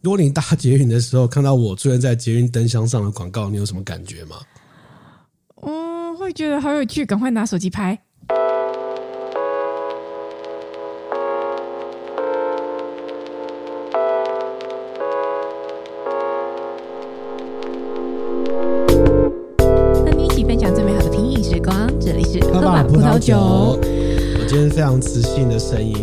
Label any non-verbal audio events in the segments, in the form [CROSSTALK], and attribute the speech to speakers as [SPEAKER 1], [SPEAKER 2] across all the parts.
[SPEAKER 1] 如果你搭捷运的时候看到我出现在捷运灯箱上的广告，你有什么感觉吗？
[SPEAKER 2] 嗯，会觉得好有趣，赶快拿手机拍。和你一起分享最美好的平饮时光，这里是
[SPEAKER 1] 喝吧
[SPEAKER 2] 吧葡萄酒。
[SPEAKER 1] 我今天非常磁性的声音，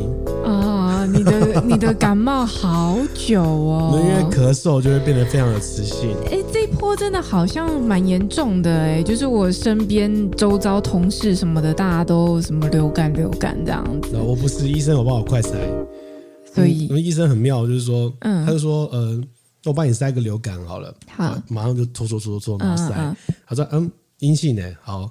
[SPEAKER 2] 啊！你的你的感冒好久
[SPEAKER 1] 我
[SPEAKER 2] [LAUGHS] 哦，
[SPEAKER 1] 因为咳嗽就会变得非常的磁性。
[SPEAKER 2] 哎、这一波真的好像蛮严重的哎、就是我身边周遭同事什么的，大家都什么流感流感这样子，
[SPEAKER 1] 然后我不是医生，我帮我快塞。
[SPEAKER 2] 所
[SPEAKER 1] 嗯因
[SPEAKER 2] 以
[SPEAKER 1] 为医生很妙，就是说，
[SPEAKER 2] 嗯
[SPEAKER 1] 他就说，呃，我帮你塞个流感好了，
[SPEAKER 2] 好，
[SPEAKER 1] 马上就搓搓搓搓搓，然
[SPEAKER 2] 嗯
[SPEAKER 1] 后
[SPEAKER 2] 嗯
[SPEAKER 1] 塞。
[SPEAKER 2] 嗯，
[SPEAKER 1] 他说，嗯，阴性呢，好。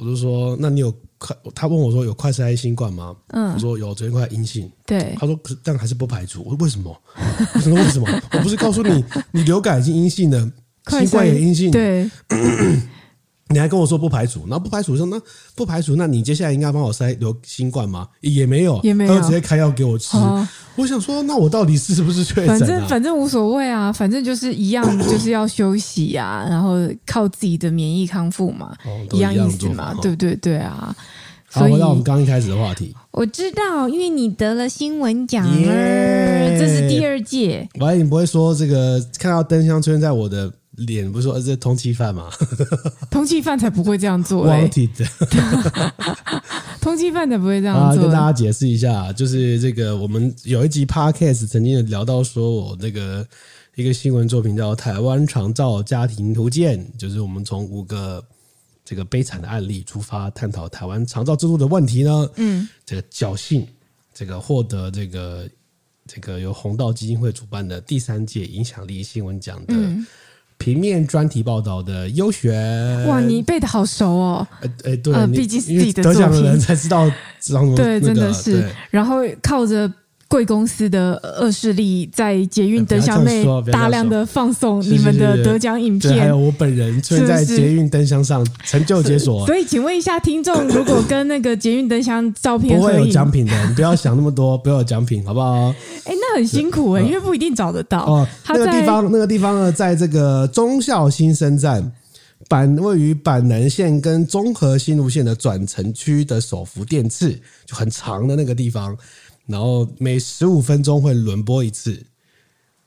[SPEAKER 1] 我就说，那你有快？他问我说有快筛新冠吗？我
[SPEAKER 2] 嗯，
[SPEAKER 1] 说有，昨天快阴性。
[SPEAKER 2] 对，
[SPEAKER 1] 他说可是但还是不排除。我说为什么？ [LAUGHS] 我说为什么？我不是告诉你你流感已经阴性了，
[SPEAKER 2] 快
[SPEAKER 1] 新冠也
[SPEAKER 2] 筛
[SPEAKER 1] 阴性，
[SPEAKER 2] 对，
[SPEAKER 1] 你还跟我说不排除，然后不排除说那不排除，那你接下来应该帮我塞流新冠吗？也没有，
[SPEAKER 2] 也没有
[SPEAKER 1] 他就直接开药给我吃。
[SPEAKER 2] 哦，
[SPEAKER 1] 我想说，那我到底是不是确
[SPEAKER 2] 反
[SPEAKER 1] 诊
[SPEAKER 2] 正
[SPEAKER 1] 啊？
[SPEAKER 2] 反正无所谓啊，反正就是一样，就是要休息啊，然后靠自己的免疫康复嘛，
[SPEAKER 1] 哦都
[SPEAKER 2] 一样意思
[SPEAKER 1] 做
[SPEAKER 2] 嘛
[SPEAKER 1] 法，
[SPEAKER 2] 对不对？对啊，
[SPEAKER 1] 好，
[SPEAKER 2] 所以
[SPEAKER 1] 回到我们刚刚一开始的话题，
[SPEAKER 2] 我知道，因为你得了新闻奖了
[SPEAKER 1] 耶
[SPEAKER 2] 这是第二届。
[SPEAKER 1] 喂，你不会说这个看到灯箱出现在我的脸，不是说呃这通缉犯吗
[SPEAKER 2] 通缉犯才不会这样做、
[SPEAKER 1] [LAUGHS]
[SPEAKER 2] 欸，
[SPEAKER 1] ？Wanted
[SPEAKER 2] 通缉犯才不会这样
[SPEAKER 1] 啊，
[SPEAKER 2] 做、
[SPEAKER 1] 跟大家解释一下，就是这个我们有一集 podcast 曾经有聊到说我那个一个新闻作品叫《台湾长照家庭图鉴》，就是我们从五个这个悲惨的案例出发，探讨台湾长照制度的问题呢。
[SPEAKER 2] 嗯，
[SPEAKER 1] 这个侥幸，这个获得这个这个由红道基金会主办的第三届影响力新闻奖的
[SPEAKER 2] 嗯
[SPEAKER 1] 平面专题报道的优选。
[SPEAKER 2] 哇，你背的好熟哦。
[SPEAKER 1] 呃呃，对，
[SPEAKER 2] 呃
[SPEAKER 1] 你
[SPEAKER 2] 毕竟是
[SPEAKER 1] 因为
[SPEAKER 2] 自己的
[SPEAKER 1] 得奖的
[SPEAKER 2] 作品
[SPEAKER 1] 人才知道，知道那个
[SPEAKER 2] [LAUGHS]
[SPEAKER 1] 啊
[SPEAKER 2] 对，真的
[SPEAKER 1] 对
[SPEAKER 2] 是。然后靠着贵公司的恶势力，在捷运灯箱内
[SPEAKER 1] 哎不要这样说不要这样说
[SPEAKER 2] 大量的放送
[SPEAKER 1] 是是
[SPEAKER 2] 你们的得奖影
[SPEAKER 1] 对，还
[SPEAKER 2] 片
[SPEAKER 1] 有。我本人出现在
[SPEAKER 2] 是不是
[SPEAKER 1] 捷运灯箱上，成就解锁，
[SPEAKER 2] 所以，请问一下听众，如果跟那个捷运灯箱照片
[SPEAKER 1] 不会
[SPEAKER 2] 合
[SPEAKER 1] 有
[SPEAKER 2] 影，
[SPEAKER 1] 奖品的，你不要想那么多，不要有奖品，好不好？
[SPEAKER 2] 哎，那很辛苦哎、因为不一定找得到。
[SPEAKER 1] 嗯哦，
[SPEAKER 2] 他
[SPEAKER 1] 那个
[SPEAKER 2] 在
[SPEAKER 1] 地方，那个地方呢，在这个忠孝新生站。板位于板南线跟中和新芦线的转乘区的手扶电次，就很长的那个地方，然后每十五分钟会轮播一次。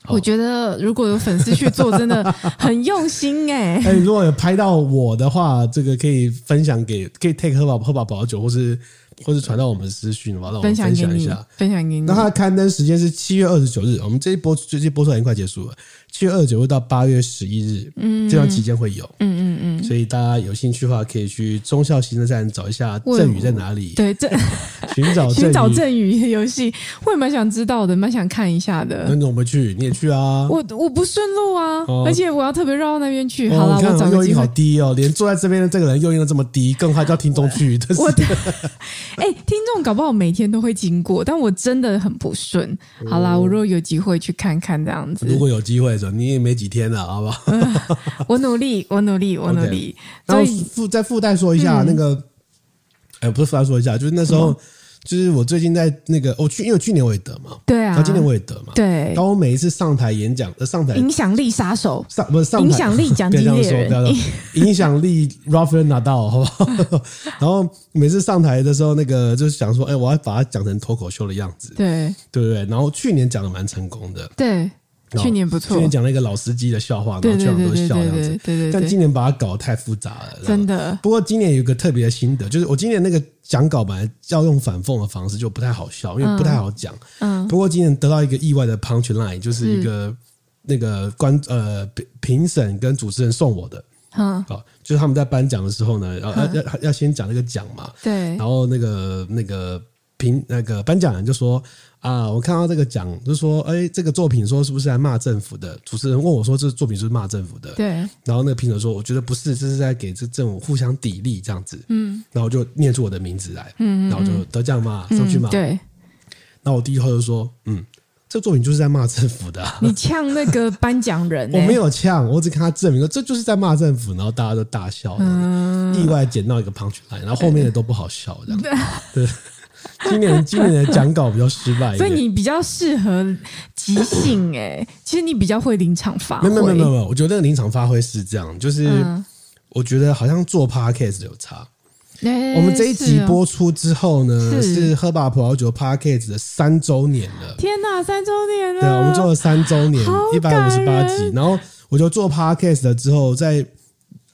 [SPEAKER 2] 我觉得如果有粉丝去做，
[SPEAKER 1] [LAUGHS]
[SPEAKER 2] 真的很用心哎、
[SPEAKER 1] 哎、如果有拍到我的话，这个可以分享给，可以 take 喝饱喝饱保酒，或是或是传到我们私讯吧，让我们
[SPEAKER 2] 分享
[SPEAKER 1] 哦分
[SPEAKER 2] 给
[SPEAKER 1] 享一
[SPEAKER 2] 你
[SPEAKER 1] 下。，
[SPEAKER 2] 分享给你
[SPEAKER 1] 那。它的刊登时间是七月二十九日，我们这一波最近播出来已经快结束了，七月二十九日到八月十一日，嗯，这段期间会有，嗯嗯嗯，所以大家有兴趣的话，可以去忠孝新生站找一下
[SPEAKER 2] 我
[SPEAKER 1] 郑宇在哪里，
[SPEAKER 2] 对，这 [LAUGHS]
[SPEAKER 1] 寻找
[SPEAKER 2] 寻找
[SPEAKER 1] 哦郑宇。
[SPEAKER 2] 赠与游戏，我也蛮想知道的，蛮想看一下
[SPEAKER 1] 那
[SPEAKER 2] 的。
[SPEAKER 1] 你怎么去？你也去啊？
[SPEAKER 2] 我我不顺路啊，
[SPEAKER 1] 哦
[SPEAKER 2] 而且我要特别绕到那边去。
[SPEAKER 1] 哦
[SPEAKER 2] 好了，
[SPEAKER 1] 你看
[SPEAKER 2] 我找
[SPEAKER 1] 诱
[SPEAKER 2] 个机
[SPEAKER 1] 因好
[SPEAKER 2] 会。
[SPEAKER 1] 低哦，连坐在这边的这个人诱因都这么低，更快叫听众去。但是
[SPEAKER 2] [LAUGHS] 我的哎、听众搞不好每天都会经过，但我真的很不顺。好啦，我如果有机会去看看这样子
[SPEAKER 1] 哦如，果有机会的时候，你也没几天了，好不好？
[SPEAKER 2] 我努力，我努力，我努力。
[SPEAKER 1] 然后
[SPEAKER 2] 所以嗯
[SPEAKER 1] 附再附带说一下、那个，哎、不是附带说一下，就是那时候，就是我最近在那个，我哦去，因为我去年我也得嘛，
[SPEAKER 2] 对
[SPEAKER 1] 然
[SPEAKER 2] 啊
[SPEAKER 1] 后，今年我也得嘛，
[SPEAKER 2] 对
[SPEAKER 1] 然后我每一次上台演讲，呃，上台
[SPEAKER 2] 影响力杀手，
[SPEAKER 1] 上不是上台
[SPEAKER 2] 影响力奖金
[SPEAKER 1] 不要
[SPEAKER 2] 猎
[SPEAKER 1] 这样说
[SPEAKER 2] 人哎
[SPEAKER 1] 不要这样说，影响力 Rafael 拿到，好不好？
[SPEAKER 2] [LAUGHS]
[SPEAKER 1] 然后每次上台的时候，那个就是想说，哎、我要把它讲成脱口秀的样子，
[SPEAKER 2] 对
[SPEAKER 1] 对不对？然后去年讲的蛮成功的，
[SPEAKER 2] 对，
[SPEAKER 1] 然后
[SPEAKER 2] 去年不
[SPEAKER 1] 哦去
[SPEAKER 2] 错
[SPEAKER 1] 年，讲了一个老司机的笑话，然
[SPEAKER 2] 对
[SPEAKER 1] 后全场
[SPEAKER 2] 对对
[SPEAKER 1] 都
[SPEAKER 2] 对对
[SPEAKER 1] 笑这样
[SPEAKER 2] 对
[SPEAKER 1] 子。
[SPEAKER 2] 对
[SPEAKER 1] 但
[SPEAKER 2] 对
[SPEAKER 1] 今
[SPEAKER 2] 对，
[SPEAKER 1] 年把它搞得太复杂了，然后
[SPEAKER 2] 真的
[SPEAKER 1] [LAUGHS] 不过今年有一个特别的心得，就是我今年那个讲稿本来要用反讽的方式，就不太好笑，因为不太好讲。
[SPEAKER 2] 嗯
[SPEAKER 1] 不过今年得到一个意外的 punch line，就是一个、那个观呃评评审跟主持人送我的，
[SPEAKER 2] 嗯，
[SPEAKER 1] 啊，就是他们在颁奖的时候呢，要要要要先讲那个奖嘛，
[SPEAKER 2] 对
[SPEAKER 1] 然后那个那个评那个颁奖人就说啊，我看到这个奖，就说哎，这个作品说是不是在骂政府的？主持人问我说，这作品是不是骂政府的？
[SPEAKER 2] 对，
[SPEAKER 1] 然后那个评审说，我觉得不是，这是在给这政府互相砥砺这样子。嗯，然后我就念出我的名字来，嗯，然后就得奖嘛，上去嘛。
[SPEAKER 2] 嗯，对。
[SPEAKER 1] 那我第一话就说，嗯，这作品就是在骂政府的啊、
[SPEAKER 2] 你呛那个颁奖人、
[SPEAKER 1] [LAUGHS] 我
[SPEAKER 2] 欸，
[SPEAKER 1] 没有呛，我只看他证明说这就是在骂政府，然后大家都
[SPEAKER 2] 嗯
[SPEAKER 1] 大笑，意外捡到一个 punch line，然后后面的都不好笑，这样对。今年今年的讲稿比较失败一点，
[SPEAKER 2] 所以你比较适合即兴哎、
[SPEAKER 1] [LAUGHS]
[SPEAKER 2] 其实你比较会临场发
[SPEAKER 1] 没
[SPEAKER 2] 挥。
[SPEAKER 1] 有没有没有没有没有，我觉得那个临场发挥是这样，就是
[SPEAKER 2] 嗯，
[SPEAKER 1] 我觉得好像做 podcast 有差。
[SPEAKER 2] 哎
[SPEAKER 1] 我们这一集
[SPEAKER 2] 是哦
[SPEAKER 1] 播出之后呢，
[SPEAKER 2] 是
[SPEAKER 1] 是喝吧葡萄酒 podcast 的三周年了。
[SPEAKER 2] 天哪，三周年了！
[SPEAKER 1] 对啊，我们做了三周年
[SPEAKER 2] 好，
[SPEAKER 1] 一百五十八
[SPEAKER 2] 感人
[SPEAKER 1] 集，然后我就做 podcast 了之后，再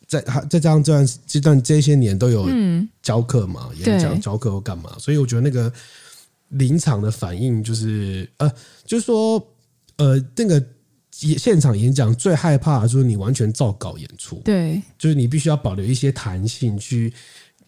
[SPEAKER 1] 再还再加上这段这段这些年都有
[SPEAKER 2] 嗯，
[SPEAKER 1] 教课嘛，演讲
[SPEAKER 2] 对
[SPEAKER 1] 教课或干嘛，所以我觉得那个临场的反应就是呃，就是说呃，那个演现场演讲最害怕的就是你完全照稿演出，
[SPEAKER 2] 对，
[SPEAKER 1] 就是你必须要保留一些弹性去。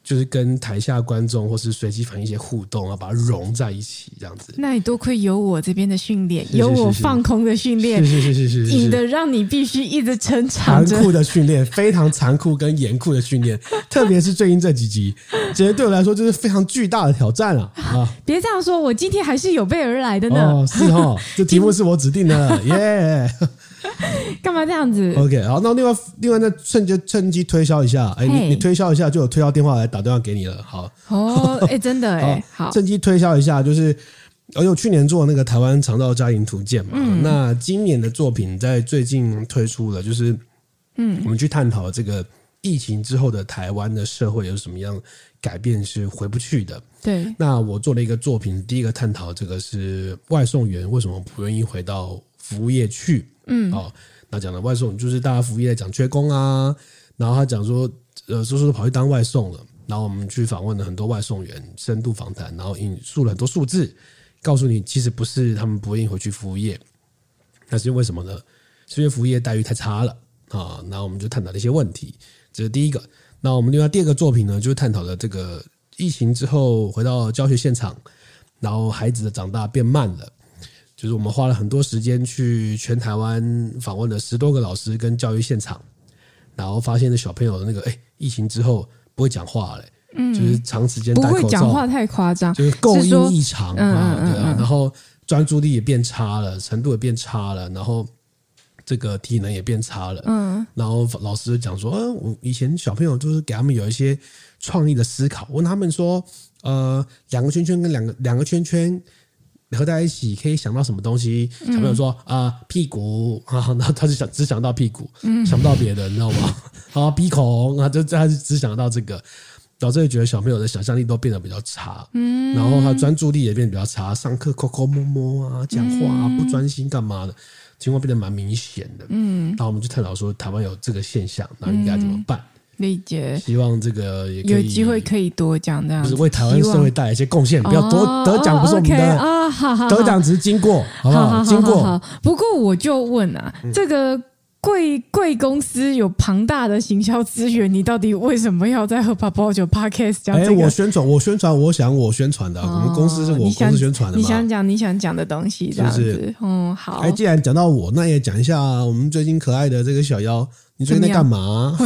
[SPEAKER 1] 就是跟台下观众或是随机反应一些互动啊，然后把它融在一起，这样子。
[SPEAKER 2] 那你多亏有我这边的训练，
[SPEAKER 1] 是是
[SPEAKER 2] 有我
[SPEAKER 1] 是是
[SPEAKER 2] 放空的训
[SPEAKER 1] 是
[SPEAKER 2] 练，
[SPEAKER 1] 是是是是是，
[SPEAKER 2] 引得让你必须一直撑场
[SPEAKER 1] 残
[SPEAKER 2] 着。
[SPEAKER 1] 酷的训练，非常残酷跟严酷的训练，特别是最近这几集，其实对我来说就是非常巨大的挑战啊
[SPEAKER 2] [LAUGHS]
[SPEAKER 1] 啊！
[SPEAKER 2] 别这样说，我今天还是有备而来的呢，
[SPEAKER 1] 哦，是哦，
[SPEAKER 2] [LAUGHS]
[SPEAKER 1] 这题目是我指定的，耶
[SPEAKER 2] 干嘛这样子？
[SPEAKER 1] ！OK，好，那另外另外再趁机趁机推销一下，哎，
[SPEAKER 2] 嘿
[SPEAKER 1] 你你推销一下就有推销电话来打电话给你了，好，
[SPEAKER 2] 哦，哎、真的哎、好，
[SPEAKER 1] 趁机推销一下，就是而有去年做那个台湾长照家庭图鉴嘛，那今年的作品在最近推出了，就是嗯，我们去探讨这个疫情之后的台湾的社会有什么样改变是回不去的。
[SPEAKER 2] 对，
[SPEAKER 1] 那我做了一个作品，第一个探讨这个是外送员为什么不愿意回到服务业去。嗯，哦，那讲的外送就是大家服务业讲缺工啊，然后他讲说，呃，叔叔都跑去当外送了。然后我们去访问了很多外送员，深度访谈，然后引述了很多数字，告诉你其实不是他们不愿意回去服务业，那是因为什么呢？是因为服务业待遇太差了啊。那我们就探讨了一些问题，这是第一个。那我们另外第二个作品呢，就是探讨了这个疫情之后回到教学现场，然后孩子的长大变慢了。就是我们花了很多时间去全台湾访问了十多个老师跟教育现场，然后发现那小朋友的那个哎，疫情之后不会讲话了，嗯，就是长时间
[SPEAKER 2] 不
[SPEAKER 1] 戴
[SPEAKER 2] 会
[SPEAKER 1] 口
[SPEAKER 2] 讲
[SPEAKER 1] 罩
[SPEAKER 2] 话，太夸张，
[SPEAKER 1] 就是构
[SPEAKER 2] 是说
[SPEAKER 1] 音异常
[SPEAKER 2] 嗯
[SPEAKER 1] 啊，
[SPEAKER 2] 嗯嗯
[SPEAKER 1] 对啊，然后专注力也变差了，程度也变差了，然后这个体能也变差了，嗯，然后老师就讲说，嗯、我以前小朋友就是给他们有一些创意的思考，问他们说，呃，两个圈圈跟两个两个圈圈。合在一起可以想到什么东西？
[SPEAKER 2] 嗯
[SPEAKER 1] 小朋友说啊、屁股啊， [LAUGHS] 然后他就想只想到屁股，
[SPEAKER 2] 嗯
[SPEAKER 1] 想不到别的，你知道吗？ [LAUGHS] 啊，鼻孔啊，就他就只想到这个，导致觉得小朋友的想象力都变得比较差，嗯，然后他专注力也变得比较差，上课抠抠摸摸啊，讲话
[SPEAKER 2] 嗯
[SPEAKER 1] 啊，不专心干嘛的，情况变得蛮明显的，嗯，然后我们就探讨说台湾有这个现象，那应该怎么办？
[SPEAKER 2] 理解。
[SPEAKER 1] 希望这个也可以
[SPEAKER 2] 嗯有机会可以多讲这样
[SPEAKER 1] 不
[SPEAKER 2] 子，
[SPEAKER 1] 是为台湾
[SPEAKER 2] 希
[SPEAKER 1] 社
[SPEAKER 2] 望
[SPEAKER 1] 会带来一些贡献，不要得
[SPEAKER 2] 哦
[SPEAKER 1] 得奖不是我们
[SPEAKER 2] OK，
[SPEAKER 1] 的，
[SPEAKER 2] 啊，好好好
[SPEAKER 1] 得奖只是经过，好不
[SPEAKER 2] 好好
[SPEAKER 1] 经
[SPEAKER 2] 好
[SPEAKER 1] 过嗯
[SPEAKER 2] 好不过我就问啊，这个贵贵公司有庞大的行销资源，你到底为什么要在喝八包酒 podcast 讲
[SPEAKER 1] 哎，
[SPEAKER 2] 这个？
[SPEAKER 1] 我宣传，我宣传，我想我宣传的，我们公司是
[SPEAKER 2] 哦
[SPEAKER 1] 我
[SPEAKER 2] 你想
[SPEAKER 1] 公司宣传的
[SPEAKER 2] 你
[SPEAKER 1] 嘛，
[SPEAKER 2] 想讲你想讲的东西，这样
[SPEAKER 1] 是
[SPEAKER 2] 子，
[SPEAKER 1] 不
[SPEAKER 2] 嗯，好
[SPEAKER 1] 哎，，既然讲到我，那也讲一下我们最近可爱的这个小妖，你最近在干嘛？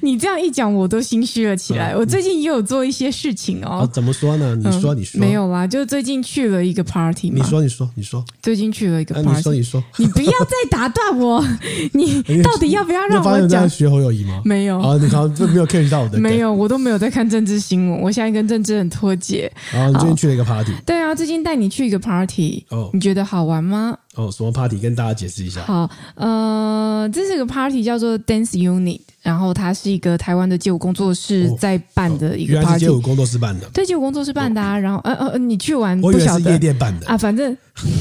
[SPEAKER 2] 你这样一讲，我都心虚了起来。我最近也有做一些事情
[SPEAKER 1] [LAUGHS] 啊，
[SPEAKER 2] 哦，嗯
[SPEAKER 1] 怎么说嗯呢？你说，你说，
[SPEAKER 2] 没，有啦，就最近去了一个 party 嘛，
[SPEAKER 1] 你说，你说，你说，
[SPEAKER 2] 最近去了一个
[SPEAKER 1] 哎，你
[SPEAKER 2] party，、
[SPEAKER 1] 说，你说，
[SPEAKER 2] 你不要再打
[SPEAKER 1] [LAUGHS]
[SPEAKER 2] 断我，你到底要不要
[SPEAKER 1] 你有
[SPEAKER 2] 让
[SPEAKER 1] 发现
[SPEAKER 2] 我
[SPEAKER 1] 我在
[SPEAKER 2] 讲？
[SPEAKER 1] 学侯友谊吗？
[SPEAKER 2] 没有，
[SPEAKER 1] 啊，你好像这没有 catch
[SPEAKER 2] [LAUGHS]
[SPEAKER 1] 到我的，
[SPEAKER 2] 没。有，我都没有在看政治新闻，我现在跟政治很脱节。
[SPEAKER 1] 然后你最近去了一个 party，
[SPEAKER 2] 对啊，最近带你去一个 party，
[SPEAKER 1] 哦
[SPEAKER 2] 你觉得好玩吗？
[SPEAKER 1] 哦，什么 party？跟大家解释一下。
[SPEAKER 2] 好，呃，这是个 party 叫做 Dance Unit，然后它是一个台湾的街舞工作室
[SPEAKER 1] 哦
[SPEAKER 2] 在办的一个
[SPEAKER 1] 原来是
[SPEAKER 2] party，、
[SPEAKER 1] 街舞工作室办的，
[SPEAKER 2] 对街舞工作室办的、啊。然后，呃呃，呃你去玩
[SPEAKER 1] 我
[SPEAKER 2] 不
[SPEAKER 1] 以为
[SPEAKER 2] 晓
[SPEAKER 1] 是夜
[SPEAKER 2] 得
[SPEAKER 1] 店办的，
[SPEAKER 2] 啊，反正 [LAUGHS]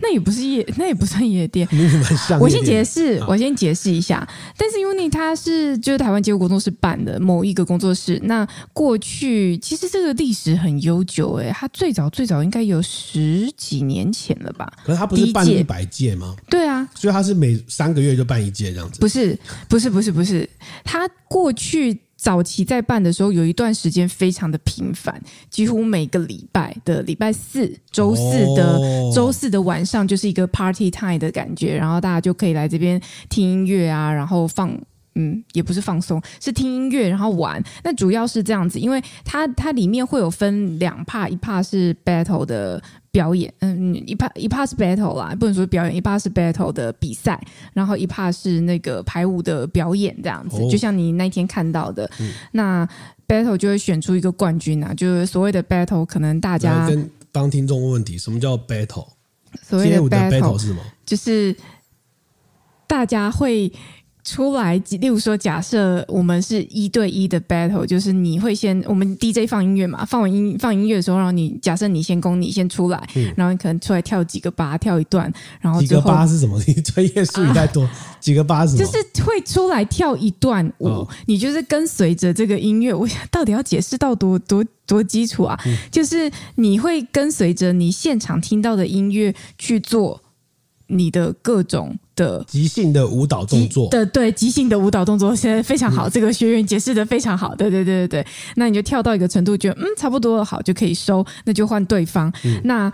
[SPEAKER 2] 那也不是夜，那也不算夜店。
[SPEAKER 1] 你们像
[SPEAKER 2] 我
[SPEAKER 1] 夜
[SPEAKER 2] 先解
[SPEAKER 1] 店。
[SPEAKER 2] 释，我先解释一下。但是 Uni 它是就是台湾街舞工作室办的某一个工作室。那过去其实这个历史很悠久、欸，它最早最早应该有十几年前了吧？
[SPEAKER 1] 可是他不是办
[SPEAKER 2] 第一届
[SPEAKER 1] 一百届吗？
[SPEAKER 2] 对啊，
[SPEAKER 1] 所以他是每三个月就办一届这样子。
[SPEAKER 2] 不是，不是，不是，不是，它过去。早期在办的时候，有一段时间非常的频繁，几乎每个礼拜的礼拜四、周四的
[SPEAKER 1] 哦
[SPEAKER 2] 周四的晚上就是一个 party time 的感觉，然后大家就可以来这边听音乐啊，然后放。嗯，也不是放松，是听音乐然后玩。那主要是这样子，因为它它里面会有分两帕，一帕是 battle 的表演，嗯，一帕一帕是 battle 啦，不能说表演，一帕是 battle 的比赛，然后一帕是那个排舞的表演这样子，
[SPEAKER 1] 哦嗯
[SPEAKER 2] 就像你那天看到的。那 battle 就会选出一个冠军啊，就是所谓的 battle，可能大
[SPEAKER 1] 来
[SPEAKER 2] 家
[SPEAKER 1] 呃跟帮听众问问题，什么叫 battle？
[SPEAKER 2] 所谓
[SPEAKER 1] 街
[SPEAKER 2] 的
[SPEAKER 1] 舞的
[SPEAKER 2] battle
[SPEAKER 1] battle 是什么？
[SPEAKER 2] 就是大家会出来，例如说，假设我们是一对一的 battle，就是你会先我们 DJ 放音乐嘛，放完音放音乐的时候，然后你假设你先攻，你先出来，
[SPEAKER 1] 嗯
[SPEAKER 2] 然后你可能出来跳几个八，跳一段，然后
[SPEAKER 1] 几
[SPEAKER 2] 哦之
[SPEAKER 1] 个
[SPEAKER 2] 后
[SPEAKER 1] 八是什么？ [LAUGHS] 你专业术语太多。几个八是什
[SPEAKER 2] 就
[SPEAKER 1] 么？
[SPEAKER 2] 是会出来跳一段舞，
[SPEAKER 1] 哦
[SPEAKER 2] 你就是跟随着这个音乐。我想到底要解释到多多多基础啊？
[SPEAKER 1] 嗯
[SPEAKER 2] 就是你会跟随着你现场听到的音乐去做你的各种的
[SPEAKER 1] 即兴的舞蹈动作。嗯
[SPEAKER 2] 的对即兴的舞蹈动作，现在非常好，这个学员解释的非常好，对对对对对。那你就跳到一个程度，觉得嗯差不多了，好就可以收，那就换对方。
[SPEAKER 1] 嗯
[SPEAKER 2] 那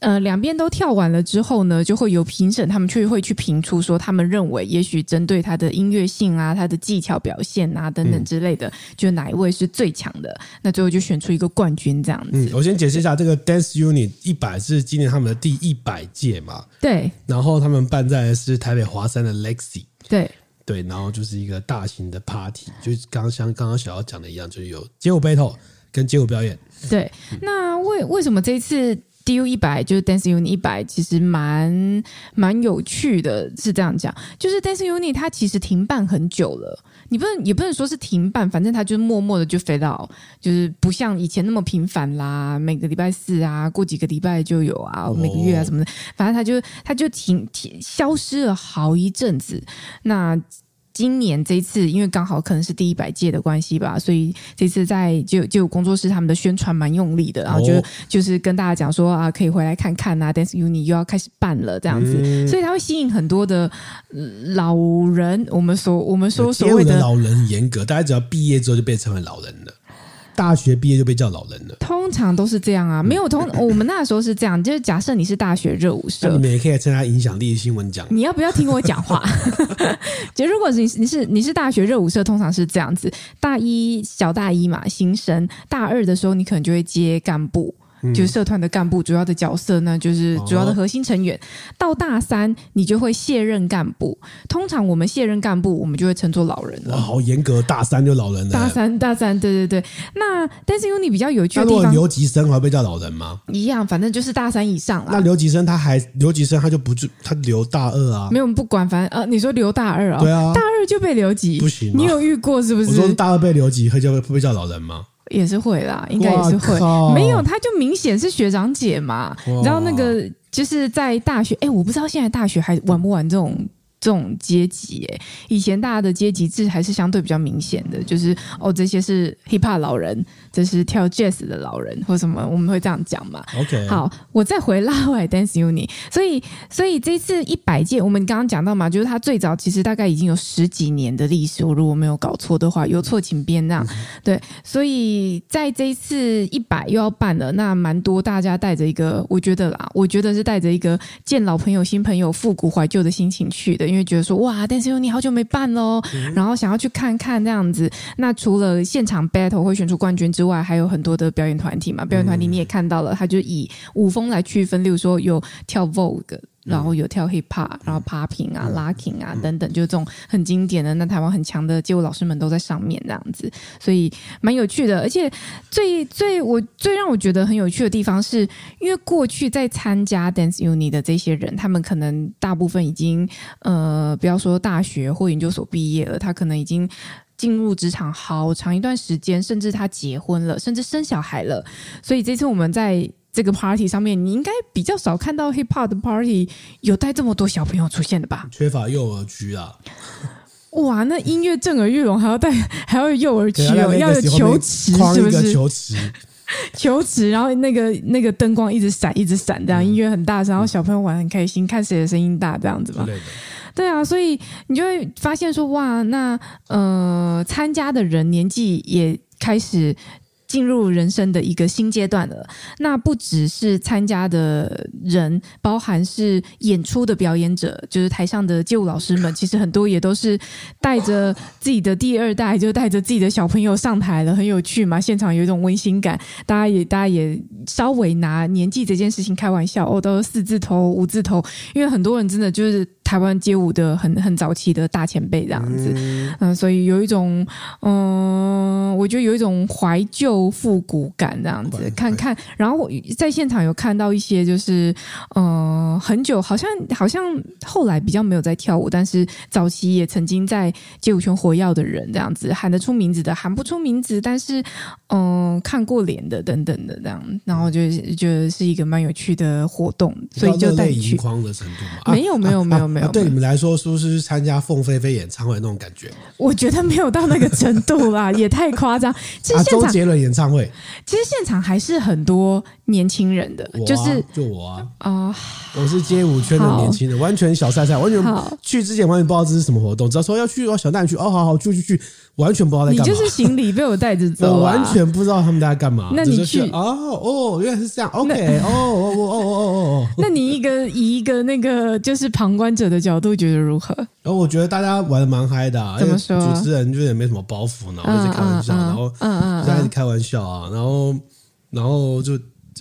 [SPEAKER 2] 呃两边都跳完了之后呢，就会有评审他们去会去评出说他们认为也许针对他的音乐性啊、他的技巧表现啊等
[SPEAKER 1] 嗯
[SPEAKER 2] 等之类的，就哪一位是最强的，那最后就选出一个冠军这样子。
[SPEAKER 1] 嗯，我先解释一下，这个 Dance Unit 一百是今年他们的第一百届嘛，
[SPEAKER 2] 对
[SPEAKER 1] 然后他们办在的是台北华山的 Lexi，
[SPEAKER 2] 对
[SPEAKER 1] 对，然后就是一个大型的 party，就是刚刚像刚刚小姚讲的一样，就是有街舞 battle 跟街舞表演。
[SPEAKER 2] 对，那为为什么这一次 DU 一百就是 Dance Unit 一百，其实蛮蛮有趣的，是这样讲，就是 Dance Unit 它其实停办很久了。你不能也不能说是停办，反正它就是默默的就 fade out，就是不像以前那么频繁啦。每个礼拜四啊，过几个礼拜就有啊，
[SPEAKER 1] 哦
[SPEAKER 2] 每个月啊什么的，反正它就它就停停消失了好一阵子。那今年这一次，因为刚好可能是第一百届的关系吧，所以这次在就就工作室他们的宣传蛮用力的，然后就、
[SPEAKER 1] 哦
[SPEAKER 2] 就是跟大家讲说啊，可以回来看看啊，Dance Uni 又要开始办了这样子，
[SPEAKER 1] 嗯
[SPEAKER 2] 所以它会吸引很多的呃老人，我们所我们说所
[SPEAKER 1] 街舞
[SPEAKER 2] 谓
[SPEAKER 1] 的
[SPEAKER 2] 的
[SPEAKER 1] 老人严格，大家只要毕业之后就被称为老人了，大学毕业就被叫老人了。
[SPEAKER 2] 通常都是这样啊，没有通，我们那时候是这样，就是假设你是大学热舞
[SPEAKER 1] 那
[SPEAKER 2] 社
[SPEAKER 1] 你，们也可以参加影响力新闻奖。
[SPEAKER 2] 你要不要听我讲
[SPEAKER 1] [LAUGHS]
[SPEAKER 2] 话？就如果你是你是你是大学热舞社，通常是这样子：大一小大一嘛，新生；大二的时候，你可能就会接干部，就是社团的干部，主要的角色呢，就是
[SPEAKER 1] 嗯哦
[SPEAKER 2] 主要的核心成员。到大三，你就会卸任干部。通常我们卸任干部，我们就会称作老人
[SPEAKER 1] 哇，
[SPEAKER 2] 了。
[SPEAKER 1] 好严格，大三就老人了。
[SPEAKER 2] 嗯大三，大三，对对对。那但是因为你比较有趣
[SPEAKER 1] 那
[SPEAKER 2] 的
[SPEAKER 1] 如
[SPEAKER 2] 地
[SPEAKER 1] 果
[SPEAKER 2] 方，啊
[SPEAKER 1] 留级生还会被叫老人吗？
[SPEAKER 2] 一样，反正就是大三以上啦
[SPEAKER 1] 那。留级生他还留级生他就不住，他留大二啊
[SPEAKER 2] 没。有我们不管，反正呃，你说留大二哦，
[SPEAKER 1] 对啊
[SPEAKER 2] 大，二就被留级，
[SPEAKER 1] 不行吗啊
[SPEAKER 2] 你有遇过是不
[SPEAKER 1] 我
[SPEAKER 2] 是？
[SPEAKER 1] 说大二被留级，会叫会被叫老人吗？
[SPEAKER 2] 也是会啦，应该也是会
[SPEAKER 1] 哇靠。哦
[SPEAKER 2] 没有，他就明显是学长姐嘛。
[SPEAKER 1] 哇
[SPEAKER 2] 你知道那个就是在大学，哎、我不知道现在大学还玩不玩这种。这种阶级、哎，以前大家的阶级制还是相对比较明显的，就是哦，这些是 hip hop 老人，这是跳 jazz 的老人，或什么，我们会这样讲嘛。
[SPEAKER 1] OK，，
[SPEAKER 2] 好，我再回拉回来 Dance Uni，所以所以这次一百届，我们刚刚讲到嘛，就是它最早其实大概已经有十几年的历史，我如果没有搞错的话，有错请编这样。对，所以在这一次一百又要办了，那蛮多大家带着一个，我觉得啦，我觉得是带着一个见老朋友、新朋友、复古怀旧的心情去的，因为觉得说哇，Dance Uni 好久没办喽，然后想要去看看这样子。那除了现场 battle 会选出冠军之外，还有很多的表演团体嘛，表演团体你也看到了，它就以舞风来区分，例如说有跳 Vogue。然后有跳 hip hop，然后 popping 啊、locking 啊等等，就是这种很经典的。那台湾很强的街舞老师们都在上面这样子，所以蛮有趣的。而且最最我最让我觉得很有趣的地方是，因为过去在参加 Dance Uni 的这些人，他们可能大部分已经呃，不要说大学或研究所毕业了，他可能已经进入职场好长一段时间，甚至他结婚了，甚至生小孩了。所以这次我们在这个 party 上面，你应该比较少看到 hip hop 的 party 有带这么多小朋友出现的吧？
[SPEAKER 1] 缺乏幼儿区啊，
[SPEAKER 2] 哇，那音乐震耳欲聋，还要带 [LAUGHS] 还要有幼儿区
[SPEAKER 1] 可能
[SPEAKER 2] 哦，
[SPEAKER 1] 在
[SPEAKER 2] 要有
[SPEAKER 1] Legacy 后
[SPEAKER 2] 球
[SPEAKER 1] 面
[SPEAKER 2] 池
[SPEAKER 1] 框
[SPEAKER 2] 是不
[SPEAKER 1] 一个
[SPEAKER 2] 是？
[SPEAKER 1] 球池，
[SPEAKER 2] 球池，然后那个那个灯光一直闪一直闪，
[SPEAKER 1] 嗯
[SPEAKER 2] 这样音乐很大声，然后小朋友玩很开心，看谁的声音大这样子
[SPEAKER 1] 之
[SPEAKER 2] 吧。
[SPEAKER 1] 类的。
[SPEAKER 2] 对啊，所以你就会发现说，哇，那呃，参加的人年纪也开始进入人生的一个新阶段了。那不只是参加的人，包含是演出的表演者，就是台上的街舞老师们，其实很多也都是带着自己的第二代，就带着自己的小朋友上台了，很有趣嘛。现场有一种温馨感，大家也大家也稍微拿年纪这件事情开玩笑，哦，都是四字头、五字头，因为很多人真的就是台湾街舞的很很早期的大前辈这样子，嗯、所以有一种嗯、我觉得有一种怀旧复古感这样
[SPEAKER 1] 怀
[SPEAKER 2] 子
[SPEAKER 1] 旧，
[SPEAKER 2] 看看，然后我在现场有看到一些就是嗯、呃很久好像好像后来比较没有在跳舞，但是早期也曾经在街舞圈活跃的人这样子，喊得出名字的，喊不出名字，但是嗯、看过脸的等等的这样，然后就觉得是一个蛮有趣的活动，所以就带
[SPEAKER 1] 泪
[SPEAKER 2] 你
[SPEAKER 1] 盈
[SPEAKER 2] 去。
[SPEAKER 1] 眶的程度嘛。啊
[SPEAKER 2] 没有没有没有
[SPEAKER 1] 啊
[SPEAKER 2] 没
[SPEAKER 1] [LAUGHS] 啊
[SPEAKER 2] 有，
[SPEAKER 1] 对
[SPEAKER 2] 没
[SPEAKER 1] 你
[SPEAKER 2] 有
[SPEAKER 1] 们来说，是不是参加凤飞飞演唱会那种感觉？
[SPEAKER 2] 我觉得没有到那个程
[SPEAKER 1] [LAUGHS]
[SPEAKER 2] 度啦，也太夸张。其
[SPEAKER 1] 啊，
[SPEAKER 2] 实现
[SPEAKER 1] 周
[SPEAKER 2] 场
[SPEAKER 1] 杰伦演唱会，
[SPEAKER 2] 其实现场还是很多年轻人的
[SPEAKER 1] 我啊，
[SPEAKER 2] 就是
[SPEAKER 1] 就我啊，
[SPEAKER 2] 啊、
[SPEAKER 1] 我是街舞圈的
[SPEAKER 2] 好
[SPEAKER 1] 年轻人，完全小菜菜，完全
[SPEAKER 2] 好。
[SPEAKER 1] 去之前完全不知道这是什么活动，只要说要去哦，小蛋去哦，好好去去去，完全不知道在
[SPEAKER 2] 你
[SPEAKER 1] 干嘛。
[SPEAKER 2] 就是行李被我带着走、啊，
[SPEAKER 1] [LAUGHS] 我完全不知道他们在干嘛。
[SPEAKER 2] 那你
[SPEAKER 1] 只是觉得
[SPEAKER 2] 去
[SPEAKER 1] 哦哦，原来是这样。OK，哦哦哦哦哦哦哦。
[SPEAKER 2] [LAUGHS] 那你一个以一个那个就是旁观者的角度，觉得如何？
[SPEAKER 1] 然后我觉得大家玩的蛮嗨的、啊，
[SPEAKER 2] 怎么说
[SPEAKER 1] 因为主持人就也没什么包袱，然后一直开玩笑，
[SPEAKER 2] 嗯嗯嗯
[SPEAKER 1] 然后
[SPEAKER 2] 嗯嗯
[SPEAKER 1] 就一直开玩笑啊，然后然后就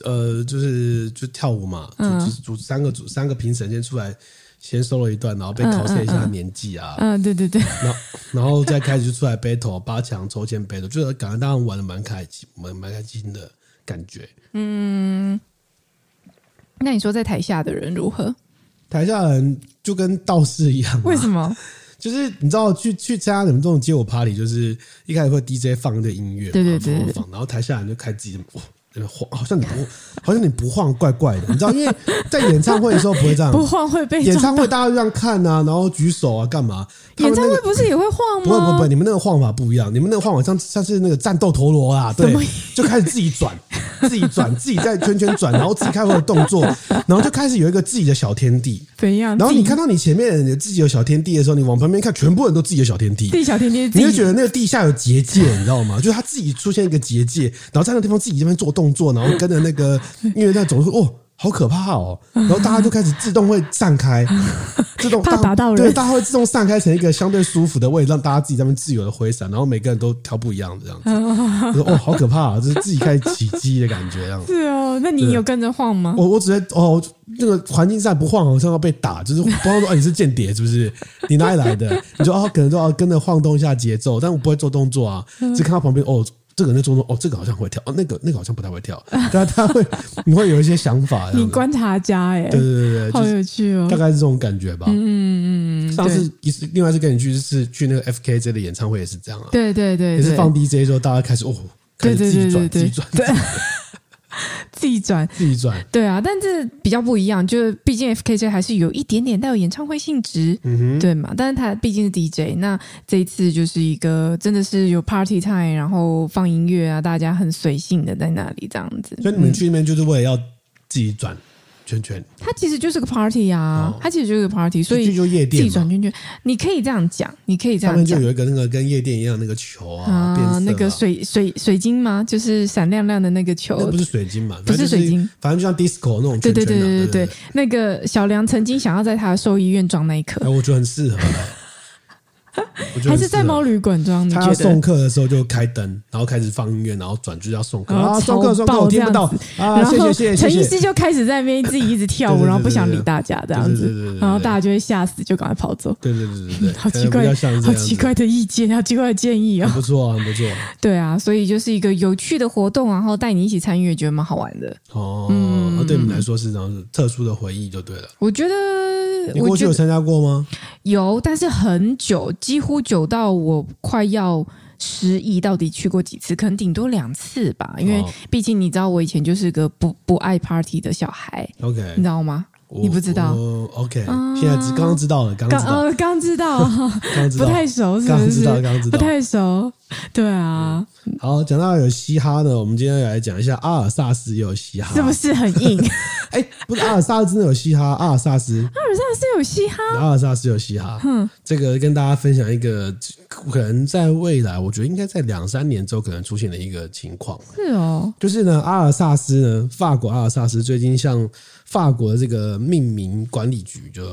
[SPEAKER 1] 呃就是就跳舞嘛，
[SPEAKER 2] 嗯
[SPEAKER 1] 主持主三个主三个评审先出来。先 solo 一段，然后被考试一下年纪啊，
[SPEAKER 2] 嗯，对对对，
[SPEAKER 1] 然后然后再开始就出来 battle 八强抽签 battle，就是感觉大家玩的蛮开心，蛮蛮开心的感觉。
[SPEAKER 2] 那你说在台下的人如何？
[SPEAKER 1] 台下人就跟道士一样、啊，
[SPEAKER 2] [LAUGHS] 为什么？
[SPEAKER 1] 就是你知道去去参加你们这种街舞 party，就是一开始会 DJ 放一个音乐嘛，
[SPEAKER 2] 对对对
[SPEAKER 1] 放放放，然后台下人就开自己哇。在那边晃，好像你不，好像你不晃怪怪的，你知道？因为在演唱会的时候不会这样，
[SPEAKER 2] 不晃会被
[SPEAKER 1] 嗯演
[SPEAKER 2] 撞
[SPEAKER 1] 唱会大家就这样看啊，然后举手啊，干嘛？他
[SPEAKER 2] 演
[SPEAKER 1] 们那
[SPEAKER 2] 唱
[SPEAKER 1] 个
[SPEAKER 2] 会不是也会晃吗？
[SPEAKER 1] 不会不会不会，你们那个晃法不一样，你们那个晃法像像是那个战斗陀螺啦，对
[SPEAKER 2] [LAUGHS] 什么意，
[SPEAKER 1] 就开始自己转，自己转，自己在圈圈转，然后自己开会的动作，然后就开始有一个自己的小天地，
[SPEAKER 2] 怎样？
[SPEAKER 1] 然后你
[SPEAKER 2] 自己
[SPEAKER 1] 看到你前面有自己有小天地的时候，你往旁边看，全部人都自己有小天地
[SPEAKER 2] 自，己小甜甜，
[SPEAKER 1] 你就觉得
[SPEAKER 2] 得
[SPEAKER 1] 那个地下有结界，你知道吗？就是他自己出现一个结界，然后在那地方自己这边做动作，然后跟着那个音乐在走，说哦。好可怕
[SPEAKER 2] [LAUGHS]
[SPEAKER 1] 哦！然后大家就开始自动会散开，自动
[SPEAKER 2] 怕打到人
[SPEAKER 1] 对，大家会自动散开成一个相对舒服的位置，让大家自己在那边自由的挥洒，然后每个人都跳不一样的这样子。
[SPEAKER 2] [LAUGHS]
[SPEAKER 1] 我说哦，好可怕、啊，就是自己开始起鸡的感觉这样子。
[SPEAKER 2] 是哦。那你有跟着晃吗？
[SPEAKER 1] 我我只会哦，那个环境下不晃，好像要被打，就是不要说、哎，你是间谍是不是？你哪里来的？你就哦，可能就要跟着晃动一下节奏，但我不会做动作啊，
[SPEAKER 2] 嗯
[SPEAKER 1] 只看到旁边哦，这个人在做动作，哦，这个好像会跳，哦，那个那个好像不太会
[SPEAKER 2] [LAUGHS]
[SPEAKER 1] 跳，但他会你会有一些想法，这
[SPEAKER 2] 你
[SPEAKER 1] 样子
[SPEAKER 2] 观察家哎、
[SPEAKER 1] 对对对对，
[SPEAKER 2] 好
[SPEAKER 1] 就是
[SPEAKER 2] 有趣哦
[SPEAKER 1] 大。概是这种感觉吧。
[SPEAKER 2] 嗯
[SPEAKER 1] 上次一次另外一次跟你去是去那个 F K J 的演唱会也是这样啊，
[SPEAKER 2] 对对对
[SPEAKER 1] 也
[SPEAKER 2] 对
[SPEAKER 1] 是
[SPEAKER 2] 对，
[SPEAKER 1] 放 DJ 的时候，大家开始哦，开
[SPEAKER 2] 对
[SPEAKER 1] 始自己
[SPEAKER 2] 对对对
[SPEAKER 1] 转自
[SPEAKER 2] 对
[SPEAKER 1] 己转
[SPEAKER 2] 对，自己转。
[SPEAKER 1] 自己转，
[SPEAKER 2] 对啊，但这比较不一样，就是毕竟 FKJ 还是有一点点带有演唱会性质，
[SPEAKER 1] 嗯
[SPEAKER 2] 对嘛？但是他毕竟是 DJ，那这一次就是一个真的是有 party time，然后放音乐啊，大家很随性的在那里这样子。
[SPEAKER 1] 所以你们去那边就是为了要自己转圈圈。
[SPEAKER 2] 它其实就是个 party 啊，
[SPEAKER 1] 哦
[SPEAKER 2] 它其实就是个 party，所以
[SPEAKER 1] 就就夜
[SPEAKER 2] 自己
[SPEAKER 1] 店嘛，
[SPEAKER 2] 转圈圈，你可以这样讲，你可以这
[SPEAKER 1] 上
[SPEAKER 2] 样
[SPEAKER 1] 面就
[SPEAKER 2] 讲。
[SPEAKER 1] 有一个那个跟夜店一样那个球啊，变色
[SPEAKER 2] 啊
[SPEAKER 1] 啊，
[SPEAKER 2] 那个水水水晶吗？就是闪亮亮的那个
[SPEAKER 1] 那
[SPEAKER 2] 球
[SPEAKER 1] 不，是水晶嘛，
[SPEAKER 2] 不是水
[SPEAKER 1] 反
[SPEAKER 2] 晶
[SPEAKER 1] 正就是，反正就像 disco 那种
[SPEAKER 2] 对
[SPEAKER 1] 哦圈圈
[SPEAKER 2] 对对
[SPEAKER 1] 啊，
[SPEAKER 2] 对
[SPEAKER 1] 对
[SPEAKER 2] 对对。，那个小梁曾经想要在他的兽医院装那一颗
[SPEAKER 1] 哎，，我觉得很适合，啊
[SPEAKER 2] [LAUGHS]
[SPEAKER 1] 我觉得
[SPEAKER 2] 还
[SPEAKER 1] 很
[SPEAKER 2] 是在
[SPEAKER 1] 适合
[SPEAKER 2] 猫。旅馆装？你
[SPEAKER 1] 他
[SPEAKER 2] 觉
[SPEAKER 1] 要
[SPEAKER 2] 得？
[SPEAKER 1] 送客的时候就开灯，然后开始放音乐，然后转就要送客
[SPEAKER 2] 然后
[SPEAKER 1] 啊，送
[SPEAKER 2] 超
[SPEAKER 1] 客送客，
[SPEAKER 2] 爆
[SPEAKER 1] 我听不到啊，
[SPEAKER 2] 然
[SPEAKER 1] 谢
[SPEAKER 2] 后
[SPEAKER 1] 谢谢谢
[SPEAKER 2] 陈医
[SPEAKER 1] 谢谢
[SPEAKER 2] 师，就开始在那边自己一直跳
[SPEAKER 1] 对对
[SPEAKER 2] 舞，
[SPEAKER 1] 对
[SPEAKER 2] 然后不想理大家这样
[SPEAKER 1] 对对对对
[SPEAKER 2] 子
[SPEAKER 1] 对，
[SPEAKER 2] 然后大家就会吓死，就赶快跑走。
[SPEAKER 1] 对对对对对，
[SPEAKER 2] [LAUGHS] 好奇
[SPEAKER 1] 可能比较
[SPEAKER 2] 怪
[SPEAKER 1] 像，这
[SPEAKER 2] 好
[SPEAKER 1] 样
[SPEAKER 2] 奇
[SPEAKER 1] 子，
[SPEAKER 2] 怪的意见，好奇怪的建议哦
[SPEAKER 1] 很。不错啊，很不错
[SPEAKER 2] 对啊，所以就是一个有趣的活动，然后带你一起参与，也觉得蛮好玩的。
[SPEAKER 1] 哦。
[SPEAKER 2] 嗯
[SPEAKER 1] 那对你们来说是这样子特殊的回忆就对了。
[SPEAKER 2] 我觉得，
[SPEAKER 1] 你
[SPEAKER 2] 我
[SPEAKER 1] 过去
[SPEAKER 2] 觉
[SPEAKER 1] 有
[SPEAKER 2] 得
[SPEAKER 1] 参加过吗？
[SPEAKER 2] 有，但是很久，几乎久到我快要。失忆到底去过几次？可能顶多两次吧，因为
[SPEAKER 1] 哦
[SPEAKER 2] 毕竟你知道，我以前就是个不不爱 party 的小孩，
[SPEAKER 1] OK，
[SPEAKER 2] 你知道吗？
[SPEAKER 1] 我
[SPEAKER 2] 你不知道
[SPEAKER 1] 我？OK，
[SPEAKER 2] 啊
[SPEAKER 1] 现在知刚刚知道了，刚刚
[SPEAKER 2] 刚
[SPEAKER 1] 知道，
[SPEAKER 2] 呃刚知道，
[SPEAKER 1] 刚刚知
[SPEAKER 2] 不
[SPEAKER 1] 道，
[SPEAKER 2] 太熟，是
[SPEAKER 1] 刚
[SPEAKER 2] 不
[SPEAKER 1] 知
[SPEAKER 2] 是？
[SPEAKER 1] 道，刚刚 [LAUGHS] 知
[SPEAKER 2] 不
[SPEAKER 1] 道。
[SPEAKER 2] 太熟，对啊，
[SPEAKER 1] 好，讲到有嘻哈呢，我们今天来讲一下阿尔萨斯也有嘻哈，
[SPEAKER 2] 是不？是很硬？ [LAUGHS]
[SPEAKER 1] 哎，不是阿尔萨斯真的有嘻哈，阿尔萨斯，
[SPEAKER 2] 是有嘻哈，
[SPEAKER 1] 阿尔萨斯有嘻哈。
[SPEAKER 2] 嗯
[SPEAKER 1] 这个跟大家分享一个，可能在未来，我觉得应该在两三年之后可能出现的一个情况。
[SPEAKER 2] 是哦，
[SPEAKER 1] 就是呢，阿尔萨斯呢，法国阿尔萨斯最近向法国的这个命名管理局就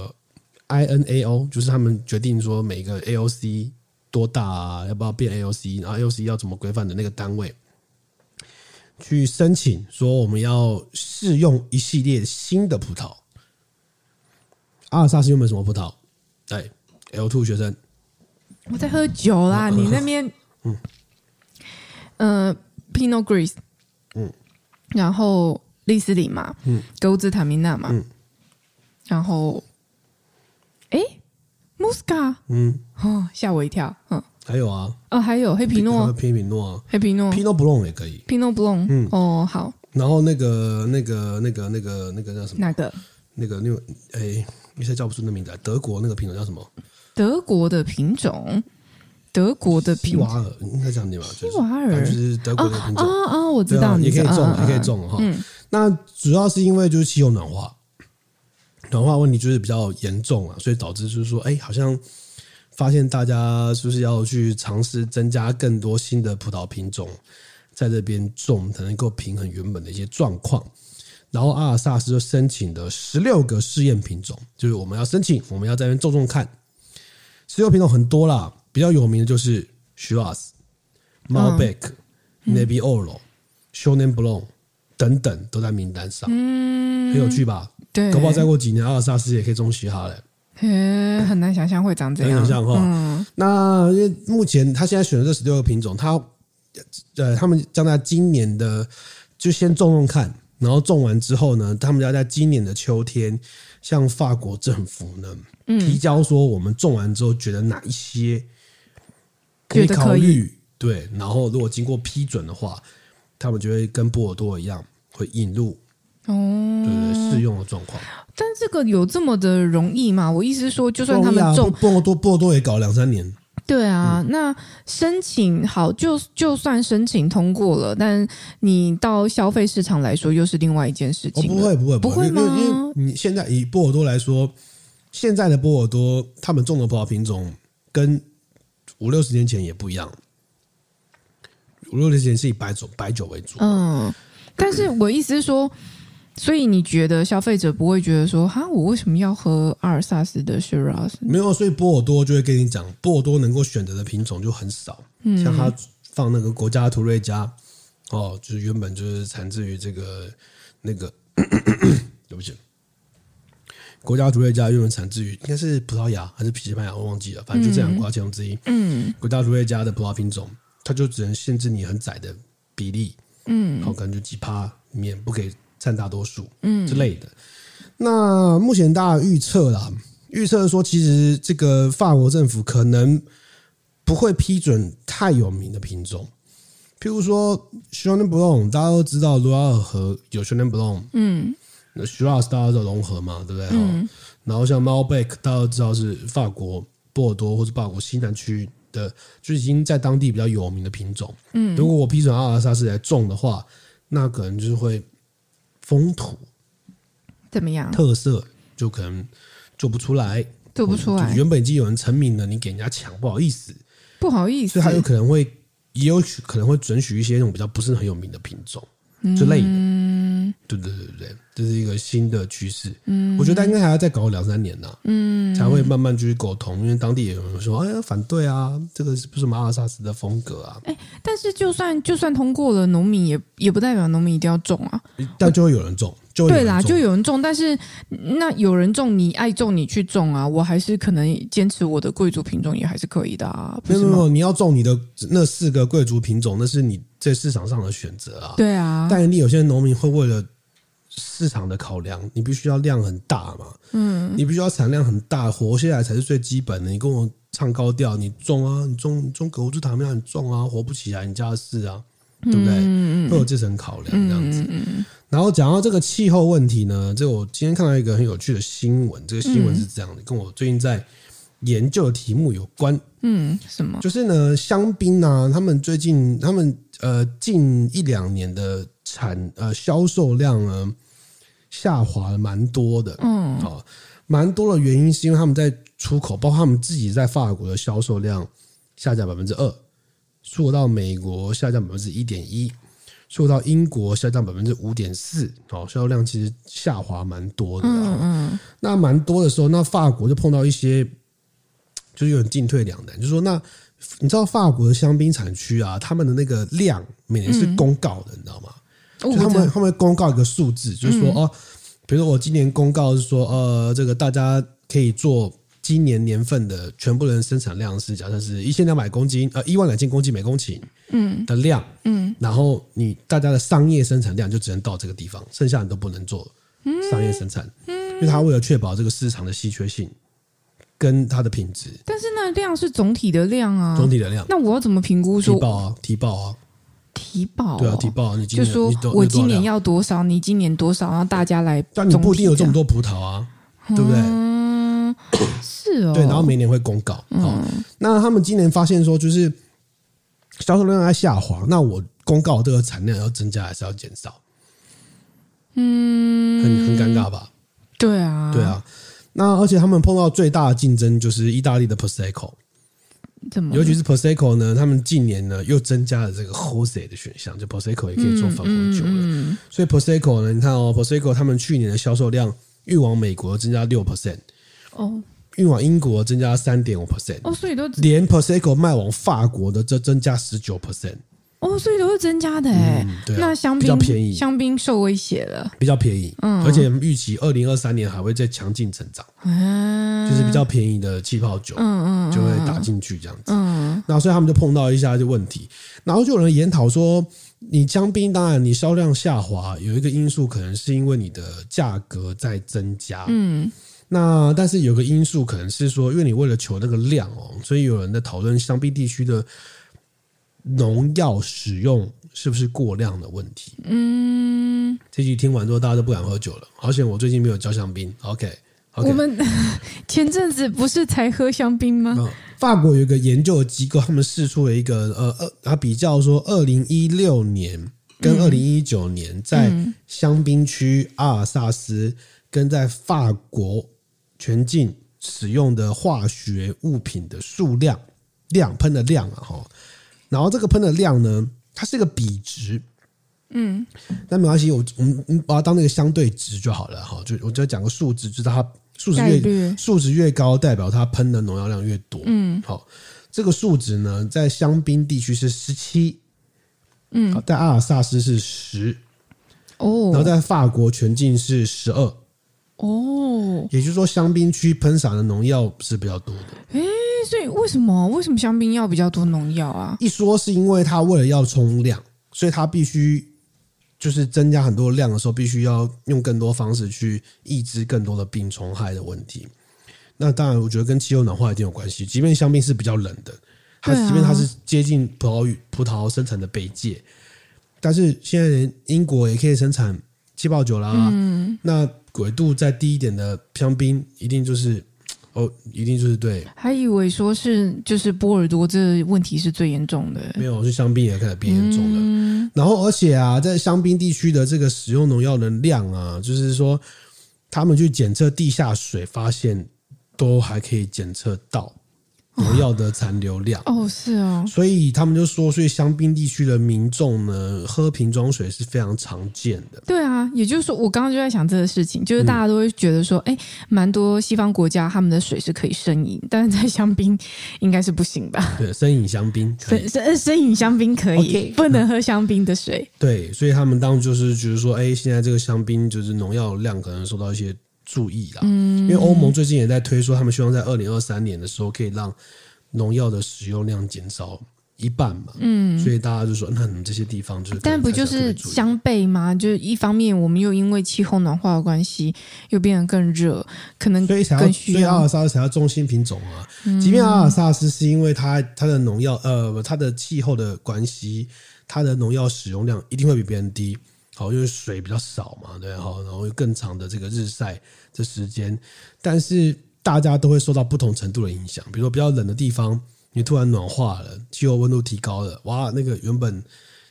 [SPEAKER 1] INAO，就是他们决定说每个 AOC 多大啊，要不要变 AOC，然后 AOC 要怎么规范的那个单位，去申请说我们要试用一系列新的葡萄。阿尔萨斯有没有什么葡萄？对 L two 学生，
[SPEAKER 2] 我在喝酒
[SPEAKER 1] 哦
[SPEAKER 2] 啦，你那边，嗯，呃，Pinot Gris，嗯，然后利斯里嘛，嗯，格子塔米娜嘛，
[SPEAKER 1] 嗯
[SPEAKER 2] 然后，哎，Musca，
[SPEAKER 1] 嗯，
[SPEAKER 2] 哦，吓我一跳，嗯，
[SPEAKER 1] 还有啊，
[SPEAKER 2] 哦，还有黑皮诺，哦
[SPEAKER 1] 皮皮诺啊
[SPEAKER 2] 黑皮诺
[SPEAKER 1] 皮诺嗯布朗也可以。
[SPEAKER 2] ，Pinot Blanc，哦，好，
[SPEAKER 1] 然后那个那个那个那个那个叫什么？
[SPEAKER 2] 哪个？
[SPEAKER 1] 那个那个哎，一下叫不出那名字来。德国那个品种叫什么？
[SPEAKER 2] 德国的品种，德国的
[SPEAKER 1] 西
[SPEAKER 2] 品种
[SPEAKER 1] 瓦尔，应该这样念吧？就是
[SPEAKER 2] 西瓦尔
[SPEAKER 1] 反正就是德国的品
[SPEAKER 2] 啊
[SPEAKER 1] 种，
[SPEAKER 2] 啊！我知
[SPEAKER 1] 对
[SPEAKER 2] 道，
[SPEAKER 1] 啊，
[SPEAKER 2] 你
[SPEAKER 1] 也可
[SPEAKER 2] 知
[SPEAKER 1] 以
[SPEAKER 2] 道
[SPEAKER 1] 种，
[SPEAKER 2] 嗯
[SPEAKER 1] 也可以
[SPEAKER 2] 嗯
[SPEAKER 1] 种哈。那主要是因为就是气候暖化，暖化问题就是比较严重啊，所以导致就是说，哎，好像发现大家就是要去尝试增加更多新的葡萄品种在这边种，才能够平衡原本的一些状况。然后阿尔萨斯就申请了十六个试验品种，就是我们要申请，我们要在那边种种看。十六品种很多啦，比较有名的就是 Shiraz、Malbec、Nebbiolo、s h o n e n b l o n 等等都在名单上，嗯，很有趣吧？
[SPEAKER 2] 对，
[SPEAKER 1] 搞不好再过几年，阿尔萨斯也可以种嘻哈嘞。
[SPEAKER 2] 嘿很难想象会长怎
[SPEAKER 1] 很
[SPEAKER 2] 样，嗯
[SPEAKER 1] 想象哦哈。那因为目前他现在选的这十六个品种，他呃，他们将在今年的就先种种看，然后种完之后呢，他们要在今年的秋天向法国政府呢
[SPEAKER 2] 嗯
[SPEAKER 1] 提交说，我们种完之后觉得哪一些可以
[SPEAKER 2] 觉得可以
[SPEAKER 1] 考虑，对，然后如果经过批准的话，他们就会跟波尔多一样会引入。哦，对对，适用的状况，
[SPEAKER 2] 但这个有这么的容易吗？我意思是说，就算他们
[SPEAKER 1] 不容易嗯
[SPEAKER 2] 种
[SPEAKER 1] 啊，波波尔多波尔多也搞了两三年，
[SPEAKER 2] 对啊，那申请好就就算申请通过了，但你到消费市场来说又是另外一件事
[SPEAKER 1] 哦，
[SPEAKER 2] 情
[SPEAKER 1] 不
[SPEAKER 2] 了。
[SPEAKER 1] 会不会
[SPEAKER 2] 不会
[SPEAKER 1] 因为
[SPEAKER 2] 吗
[SPEAKER 1] 因为你现在以波尔多来说，现在的波尔多他们种的葡萄品种跟五六十年前也不一样。五六十年前是以白酒白酒为主，
[SPEAKER 2] 嗯，但是我意思是说，所以你觉得消费者不会觉得说，哈，我为什么要喝阿尔萨斯的 Shiraz？
[SPEAKER 1] 没有，所以波尔多就会跟你讲，波尔多能够选择的品种就很少。像他放那个国家图瑞加，哦，就是原本就是产自于这个那个， [COUGHS] 对不起，国家图瑞加原本产自于应该是葡萄牙还是西班牙，我忘记了，反正就这两个国家其中之一。嗯，国家图瑞加的葡萄品种，它就只能限制你很窄的比例，嗯，好，可能就几趴里面不给占大多数，嗯之类的。那目前大家预测啦，预测说其实这个法国政府可能不会批准太有名的品种，譬如说 s h o n e n b l o n 大家都知道罗阿尔河有 s h o n e n b l o n 嗯，那 Shiraz 大家都融合嘛，对不对？嗯、然后像 Malbec 大家都知道是法国波尔多或是法国西南区的，就已经在当地比较有名的品种。嗯，如果我批准阿尔萨斯来种的话，那可能就是会风土
[SPEAKER 2] 怎么样？
[SPEAKER 1] 特色就可能做不出来，
[SPEAKER 2] 做不出
[SPEAKER 1] 就
[SPEAKER 2] 来，
[SPEAKER 1] 原本已经有人成名了，你给人家抢，不好意思，
[SPEAKER 2] 不好意
[SPEAKER 1] 所
[SPEAKER 2] 思
[SPEAKER 1] 以他。有可能会，也有可能会准许一些那种比较不是很有名的品种之类的。对对对对对，这是一个新的趋势。嗯，我觉得应该还要再搞两三年呐、嗯，才会慢慢去沟通，因为当地也有人说，哎呀，反对啊，这个是不是马尔萨斯的风格啊？
[SPEAKER 2] 但是就算就算通过了，农民也也不代表农民一定要种啊。
[SPEAKER 1] 但就会有人种，就会有
[SPEAKER 2] 对
[SPEAKER 1] 人
[SPEAKER 2] 啦，
[SPEAKER 1] 种
[SPEAKER 2] 就有人种，但是那有人种，你爱种你去种啊，我还是可能坚持我的贵族品种也还是可以的啊，不
[SPEAKER 1] 没有
[SPEAKER 2] 是
[SPEAKER 1] 没有没
[SPEAKER 2] 吗？
[SPEAKER 1] 有，你要种你的那四个贵族品种，那是你在市场上的选择啊。
[SPEAKER 2] 对啊，
[SPEAKER 1] 但你有些农民会为了市场的考量，你必须要量很大嘛，嗯，你必须要产量很大，活下来才是最基本的。你跟我唱高调，你种啊，你种你种葛乌猪糖让你种啊，活不起来，你家的事啊，对不对？会有这层考量这样子。然后讲到这个气候问题呢，这个我今天看到一个很有趣的新闻，这个新闻是这样的，跟我最近在研究的题目有关。
[SPEAKER 2] 嗯，什么？
[SPEAKER 1] 就是呢，香槟啊，他们最近他们呃近一两年的产呃销售量呢下滑了蛮多的，嗯，哦，蛮多的原因是因为他们在出口，包括他们自己在法国的销售量下降百分之二，出口到美国下降百分之一点一，出口到英国下降百分之五点四，哦，销售量其实下滑蛮多的、啊，
[SPEAKER 2] 嗯
[SPEAKER 1] 那蛮多的时候，那法国就碰到一些，就是有点进退两难。就是说那你知道法国的香槟产区啊，他们的那个量每年是公告的，你哦知道嗯吗？
[SPEAKER 2] 嗯，
[SPEAKER 1] 就他
[SPEAKER 2] 我
[SPEAKER 1] 们他们公告一个数字，就是说、哦，比如说我今年公告是说，呃，这个大家可以做今年年份的全部人生产量是假设是一千两百公斤，呃，一万两千公斤每公顷，嗯的量，嗯，然后你大家的商业生产量就只能到这个地方，剩下你都不能做商业生产，嗯，因为它为了确保这个市场的稀缺性跟它的品质，
[SPEAKER 2] 但是那量是总体的量啊，
[SPEAKER 1] 总体的量
[SPEAKER 2] 那我要怎么评估
[SPEAKER 1] 提
[SPEAKER 2] 说
[SPEAKER 1] 报啊，提报啊，
[SPEAKER 2] 提报哦？
[SPEAKER 1] 对啊，提报啊，你今
[SPEAKER 2] 就
[SPEAKER 1] 年
[SPEAKER 2] 说
[SPEAKER 1] 你都
[SPEAKER 2] 我
[SPEAKER 1] 你多少
[SPEAKER 2] 今
[SPEAKER 1] 量
[SPEAKER 2] 年要多少，你今年多少，然后大家来
[SPEAKER 1] 但你不一定有这么
[SPEAKER 2] 多，
[SPEAKER 1] 多葡萄啊，对不对？
[SPEAKER 2] 嗯， [COUGHS] 是哦，嗯
[SPEAKER 1] 对，然后每年会公告。哦，那他们今年发现说，就是销售量在下滑，那我公告这个产量要增加还是要减少？嗯，很很尴尬吧？
[SPEAKER 2] 对啊，
[SPEAKER 1] 对，啊。那而且他们碰到最大的竞争就是意大利的 Prosecco，
[SPEAKER 2] 怎么了？
[SPEAKER 1] 尤其是 Prosecco 呢，他们近年呢又增加了这个 Jose 的选项，就 Prosecco 也可以做防红酒了。
[SPEAKER 2] 嗯
[SPEAKER 1] 所以 Prosecco 呢，你看哦，Prosecco 他们去年的销售量运往美国增加六 percent，
[SPEAKER 2] 哦
[SPEAKER 1] 运往英国增加三点五 percent，
[SPEAKER 2] 哦，所以都
[SPEAKER 1] 连 Prosecco 卖往法国的这增加十九 percent，
[SPEAKER 2] 哦，所以都是增加的哎、
[SPEAKER 1] 嗯对啊
[SPEAKER 2] 那香
[SPEAKER 1] 比较
[SPEAKER 2] 槟
[SPEAKER 1] 便宜
[SPEAKER 2] 香槟受威胁了，
[SPEAKER 1] 比较便宜，嗯，而且预期二零二三年还会再强劲成长，
[SPEAKER 2] 啊，
[SPEAKER 1] 就是比较便宜的气泡酒，嗯嗯，就会打进去这样子，嗯，那所以他们就碰到一下就问题，然后就有人研讨说，你香槟当然你销量下滑，有一个因素可能是因为你的价格在增加，嗯。那但是有个因素可能是说，因为你为了求那个量哦，所以有人在讨论香槟地区的农药使用是不是过量的问题。
[SPEAKER 2] 嗯，
[SPEAKER 1] 这集听完之后，大家都不敢喝酒了。好险，我最近没有交香槟。OK，OK、
[SPEAKER 2] 我们 [LAUGHS] 前阵子不是才喝香槟吗？
[SPEAKER 1] 嗯法国有一个研究机构，他们试出了一个呃呃，他比较说，二零一六年跟二零一九年在香槟区阿尔萨斯跟在法国全境使用的化学物品的数量量喷的量啊哈，然后这个喷的量呢，它是一个比值。嗯，那没关系，我我们我们把它当那个相对值就好了哈，就我就讲个数值，知道它数值
[SPEAKER 2] 概
[SPEAKER 1] 越
[SPEAKER 2] 率
[SPEAKER 1] 数值越高，代表它喷的农药量越多。嗯，好，这个数值呢，在香槟地区是十七，嗯，在阿尔萨斯是十，嗯然后
[SPEAKER 2] 哦
[SPEAKER 1] 在法国全境是十二，
[SPEAKER 2] 哦，
[SPEAKER 1] 也就是说，香槟区喷洒的农药是比较多的。
[SPEAKER 2] 诶所以为什么为什么香槟要比较多农药啊？
[SPEAKER 1] 一说是因为它为了要冲量，所以它必须就是增加很多量的时候，必须要用更多方式去抑制更多的病虫害的问题。那当然，我觉得跟气候暖化一定有关系。即便香槟是比较冷的，它
[SPEAKER 2] 对啊
[SPEAKER 1] 即便它是接近葡萄葡萄生产的北界，但是现在连英国也可以生产气泡酒啦。嗯，那纬度再低一点的香槟，一定就是哦，一定就是对
[SPEAKER 2] 还以为说是就是波尔多这问题是最严重的、
[SPEAKER 1] 没有，是香槟也开始变严重了。然后，而且啊，在香槟地区的这个使用农药的量啊，就是说，他们去检测地下水，发现都还可以检测到农药的残留量。
[SPEAKER 2] 哦，是哦，
[SPEAKER 1] 所以他们就说，所以香槟地区的民众呢，喝瓶装水是非常常见的。
[SPEAKER 2] 对啊，也就是说，我刚刚就在想这个事情，
[SPEAKER 1] 嗯
[SPEAKER 2] 就是大家都会觉得说，哎、蛮多西方国家他们的水是可以生饮，但是在香槟应该是不行吧？
[SPEAKER 1] 对，生饮香槟可以
[SPEAKER 2] 生。 [LAUGHS] 生生饮香槟可以
[SPEAKER 1] OK
[SPEAKER 2] 不能喝香槟的水。
[SPEAKER 1] 对，所以他们当时就是觉得说，哎、现在这个香槟就是农药量可能受到一些注意啦。嗯，因为欧盟最近也在推说，他们希望在二零二三年的时候可以让农药的使用量减少一半嘛。嗯，所以大家就说，那你们这些地方就是可能
[SPEAKER 2] 但不
[SPEAKER 1] 开始
[SPEAKER 2] 就
[SPEAKER 1] 要特别
[SPEAKER 2] 是
[SPEAKER 1] 注意
[SPEAKER 2] 相悖吗？就是一方面，我们又因为气候暖化的关系，又变得更热，可能
[SPEAKER 1] 所以才要，
[SPEAKER 2] 更需
[SPEAKER 1] 所以阿
[SPEAKER 2] 要嗯
[SPEAKER 1] 尔萨斯才要中心品种啊。即便阿尔萨斯是因为它它的农药呃不它的气候的关系，它的农药使用量一定会比别人低。好，因为水比较少嘛，对啊好，然后有更长的这个日晒的时间，但是大家都会受到不同程度的影响。比如说比较冷的地方，你突然暖化了，气候温度提高了，哇，那个原本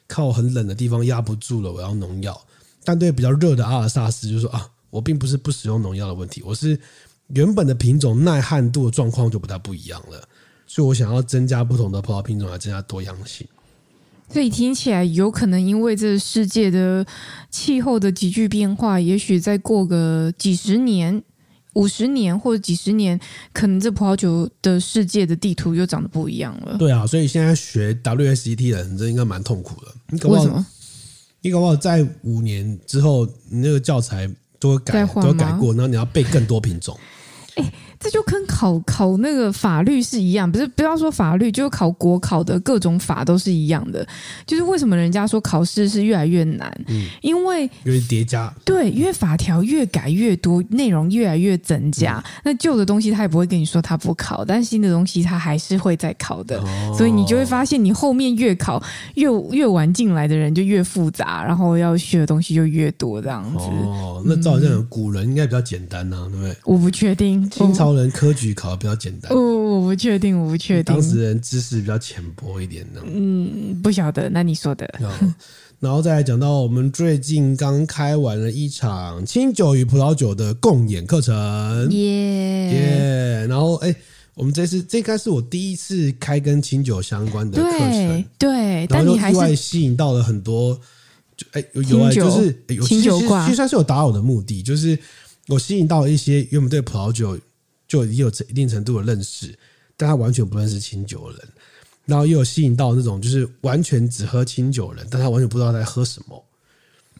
[SPEAKER 1] 靠很冷的地方压不住了，我要农药。但对比较热的阿尔萨斯，就说啊，我并不是不使用农药的问题，我是原本的品种耐旱度的状况就不太不一样了，所以我想要增加不同的葡萄品种来增加多样性。
[SPEAKER 2] 所以听起来有可能，因为这世界的气候的急剧变化，也许再过个几十年、五十年或者几十年，可能这葡萄酒的世界的地图又长得不一样了。
[SPEAKER 1] 对啊，所以现在学 WSET 的人，这应该蛮痛苦的。你搞不
[SPEAKER 2] 为什
[SPEAKER 1] 好，
[SPEAKER 2] 么？
[SPEAKER 1] 你搞不好在五年之后，你那个教材都会改，
[SPEAKER 2] 再换
[SPEAKER 1] 都会改
[SPEAKER 2] 吗
[SPEAKER 1] 过，然后你要背更多品种。
[SPEAKER 2] 这就跟考考那个法律是一样，不是不要说法律，就是考国考的各种法都是一样的。就是为什么人家说考试是越来越难，
[SPEAKER 1] 嗯
[SPEAKER 2] 因为
[SPEAKER 1] 因为叠加，
[SPEAKER 2] 对，因为法条越改越多，内容越来越增加，
[SPEAKER 1] 嗯
[SPEAKER 2] 那旧的东西他也不会跟你说他不考，但新的东西他还是会再考的， [LAUGHS]
[SPEAKER 1] 哦
[SPEAKER 2] 所以你就会发现你后面越考越越晚进来的人就越复杂，然后要学的东西就越多这样子。
[SPEAKER 1] 哦，
[SPEAKER 2] 嗯
[SPEAKER 1] 那照这样，古人应该比较简单呐、啊，对不对？
[SPEAKER 2] 我不确定，
[SPEAKER 1] 清朝人科举考的比较简单
[SPEAKER 2] 我，我我不确定，我不确定
[SPEAKER 1] 当，时人知识比较浅薄一点呢。
[SPEAKER 2] 不晓得。那你说的，
[SPEAKER 1] 啊然后再来讲到我们最近刚开完了一场清酒与葡萄酒的共演课程，耶、
[SPEAKER 2] 耶、
[SPEAKER 1] 然后哎，我们这次这应该是我第一次开跟清酒相关的课程
[SPEAKER 2] 对，对，
[SPEAKER 1] 然
[SPEAKER 2] 但
[SPEAKER 1] 后
[SPEAKER 2] 你
[SPEAKER 1] 就
[SPEAKER 2] 还
[SPEAKER 1] 意外
[SPEAKER 2] 是
[SPEAKER 1] 吸引到了很多，就哎、有有哎、
[SPEAKER 2] 清酒
[SPEAKER 1] 就是、哎有
[SPEAKER 2] 清
[SPEAKER 1] 其实
[SPEAKER 2] 酒挂
[SPEAKER 1] 其实算是有达到我的目的，就是我吸引到了一些原本对葡萄酒就已经有一定程度的认识，但他完全不认识清酒的人，然后又有吸引到那种就是完全只喝清酒的人，但他完全不知道在喝什么，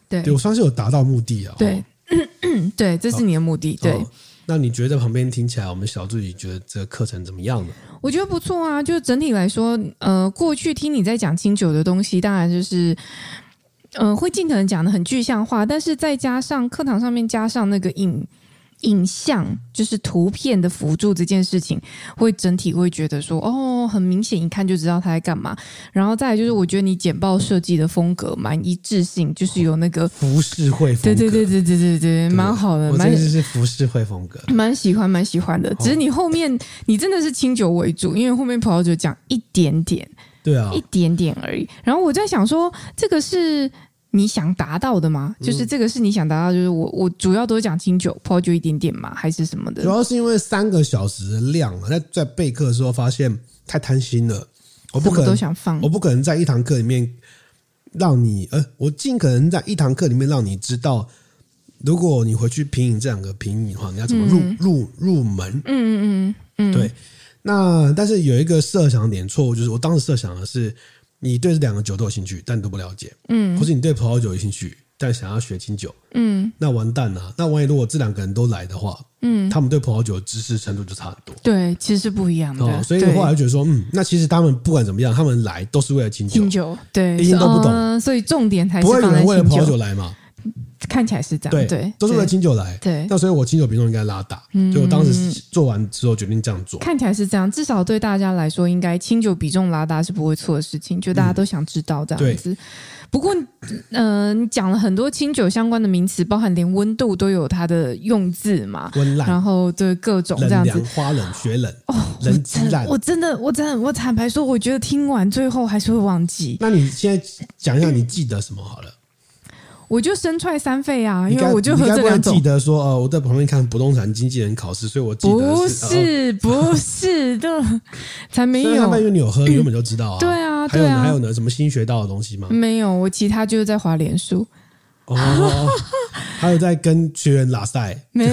[SPEAKER 2] 对
[SPEAKER 1] 对我算是有达到目的啊。
[SPEAKER 2] 对 [CLEARS THROAT] 对，这是你的目的，
[SPEAKER 1] 哦
[SPEAKER 2] 对。
[SPEAKER 1] 哦那你觉得在旁边听起来，我们小助理觉得这个课程怎么样呢？
[SPEAKER 2] 我觉得不错啊，就整体来说，呃，过去听你在讲清酒的东西，当然就是。呃，会尽可能讲的很具象化，但是再加上课堂上面加上那个影影像，就是图片的辅助这件事情，会整体会觉得说，哦，很明显，一看就知道他在干嘛。然后再来就是，我觉得你简报设计的风格蛮一致性，就是有那个，
[SPEAKER 1] 服饰会风格，
[SPEAKER 2] 对对对对对对对，蛮好的，
[SPEAKER 1] 我
[SPEAKER 2] 蛮
[SPEAKER 1] 真的是服饰会风格。
[SPEAKER 2] 蛮喜欢，蛮喜欢的。
[SPEAKER 1] 哦
[SPEAKER 2] 只是你后面你真的是清酒为主，因为后面葡萄酒讲一点点，
[SPEAKER 1] 对啊，
[SPEAKER 2] 一点点而已。然后我在想说，这个是你想达到的吗？
[SPEAKER 1] 嗯
[SPEAKER 2] 就是这个是你想达到，就是我我主要都是讲清酒，葡萄酒一点点嘛，还是什么
[SPEAKER 1] 主
[SPEAKER 2] 的？
[SPEAKER 1] 要是因为三个小时的量，啊在在备课的时候发现太贪心了，我不
[SPEAKER 2] 什
[SPEAKER 1] 可
[SPEAKER 2] 么都
[SPEAKER 1] 能，
[SPEAKER 2] 想放
[SPEAKER 1] 我。不可能在一堂课里面让你，呃，我尽可能在一堂课里面让你知道，如果你回去品饮这两个品饮的话，你要怎么入、入入门？嗯嗯嗯，对。那但是有一个设想点错误，就是我当时设想的是，你对这两个酒都有兴趣，但你都不了解，嗯，或是你对葡萄酒有兴趣，但想要学清酒，
[SPEAKER 2] 嗯，
[SPEAKER 1] 那完蛋了、啊那万一如果这两个人都来的话，嗯，他们对葡萄酒的知识程度就差很多。
[SPEAKER 2] 对，其实是不一样的。
[SPEAKER 1] 哦，所以
[SPEAKER 2] 嗯对
[SPEAKER 1] 后来就觉得说，嗯，那其实他们不管怎么样，他们来都是为了清酒，
[SPEAKER 2] 清酒对，
[SPEAKER 1] 一定都不懂
[SPEAKER 2] 嗯所以重点还是
[SPEAKER 1] 不会有
[SPEAKER 2] 放在
[SPEAKER 1] 人为了
[SPEAKER 2] 清
[SPEAKER 1] 葡萄酒来嘛？
[SPEAKER 2] 看起来是这样，对，
[SPEAKER 1] 都是为了
[SPEAKER 2] 对
[SPEAKER 1] 清酒来。
[SPEAKER 2] 对嗯
[SPEAKER 1] 那所以我清酒比重应该拉大，所以我当时做完之后决定这样做。
[SPEAKER 2] 看起来是这样，至少对大家来说，应该清酒比重拉大是不会错的事情，就大家都想知道这样
[SPEAKER 1] 嗯
[SPEAKER 2] 子。不过，呃，你讲了很多清酒相关的名词，包含连温度都有它的用字嘛，
[SPEAKER 1] 温烂、
[SPEAKER 2] 嗯然后对各种这
[SPEAKER 1] 冷
[SPEAKER 2] 样子
[SPEAKER 1] 凉、。花冷、雪冷、人鸡
[SPEAKER 2] 真
[SPEAKER 1] 烂
[SPEAKER 2] 的，。我真的，我真的，我坦白说，我觉得听完最后还是会忘记。
[SPEAKER 1] 那你现在讲一下你记得什么好了？
[SPEAKER 2] 我就身踹三肺啊，
[SPEAKER 1] 你
[SPEAKER 2] 因
[SPEAKER 1] 该
[SPEAKER 2] 为我就
[SPEAKER 1] 你
[SPEAKER 2] 喝
[SPEAKER 1] 该
[SPEAKER 2] 这
[SPEAKER 1] 不会
[SPEAKER 2] 两
[SPEAKER 1] 记
[SPEAKER 2] 种。
[SPEAKER 1] 得说，呃，我在旁边看不动产经纪人考试，所以我记得
[SPEAKER 2] 不
[SPEAKER 1] 呃
[SPEAKER 2] 是不是的，才没
[SPEAKER 1] 虽然他
[SPEAKER 2] 有
[SPEAKER 1] 们因为你有
[SPEAKER 2] [CLEARS THROAT]
[SPEAKER 1] 喝，原本就知道啊。
[SPEAKER 2] 对啊
[SPEAKER 1] 还有
[SPEAKER 2] 对
[SPEAKER 1] 呢，
[SPEAKER 2] 啊
[SPEAKER 1] 还有呢，什么新学到的东西吗？
[SPEAKER 2] 没有，我其他就是在滑脸书。 [LAUGHS]
[SPEAKER 1] 哦，还有在跟学员拉塞，
[SPEAKER 2] 没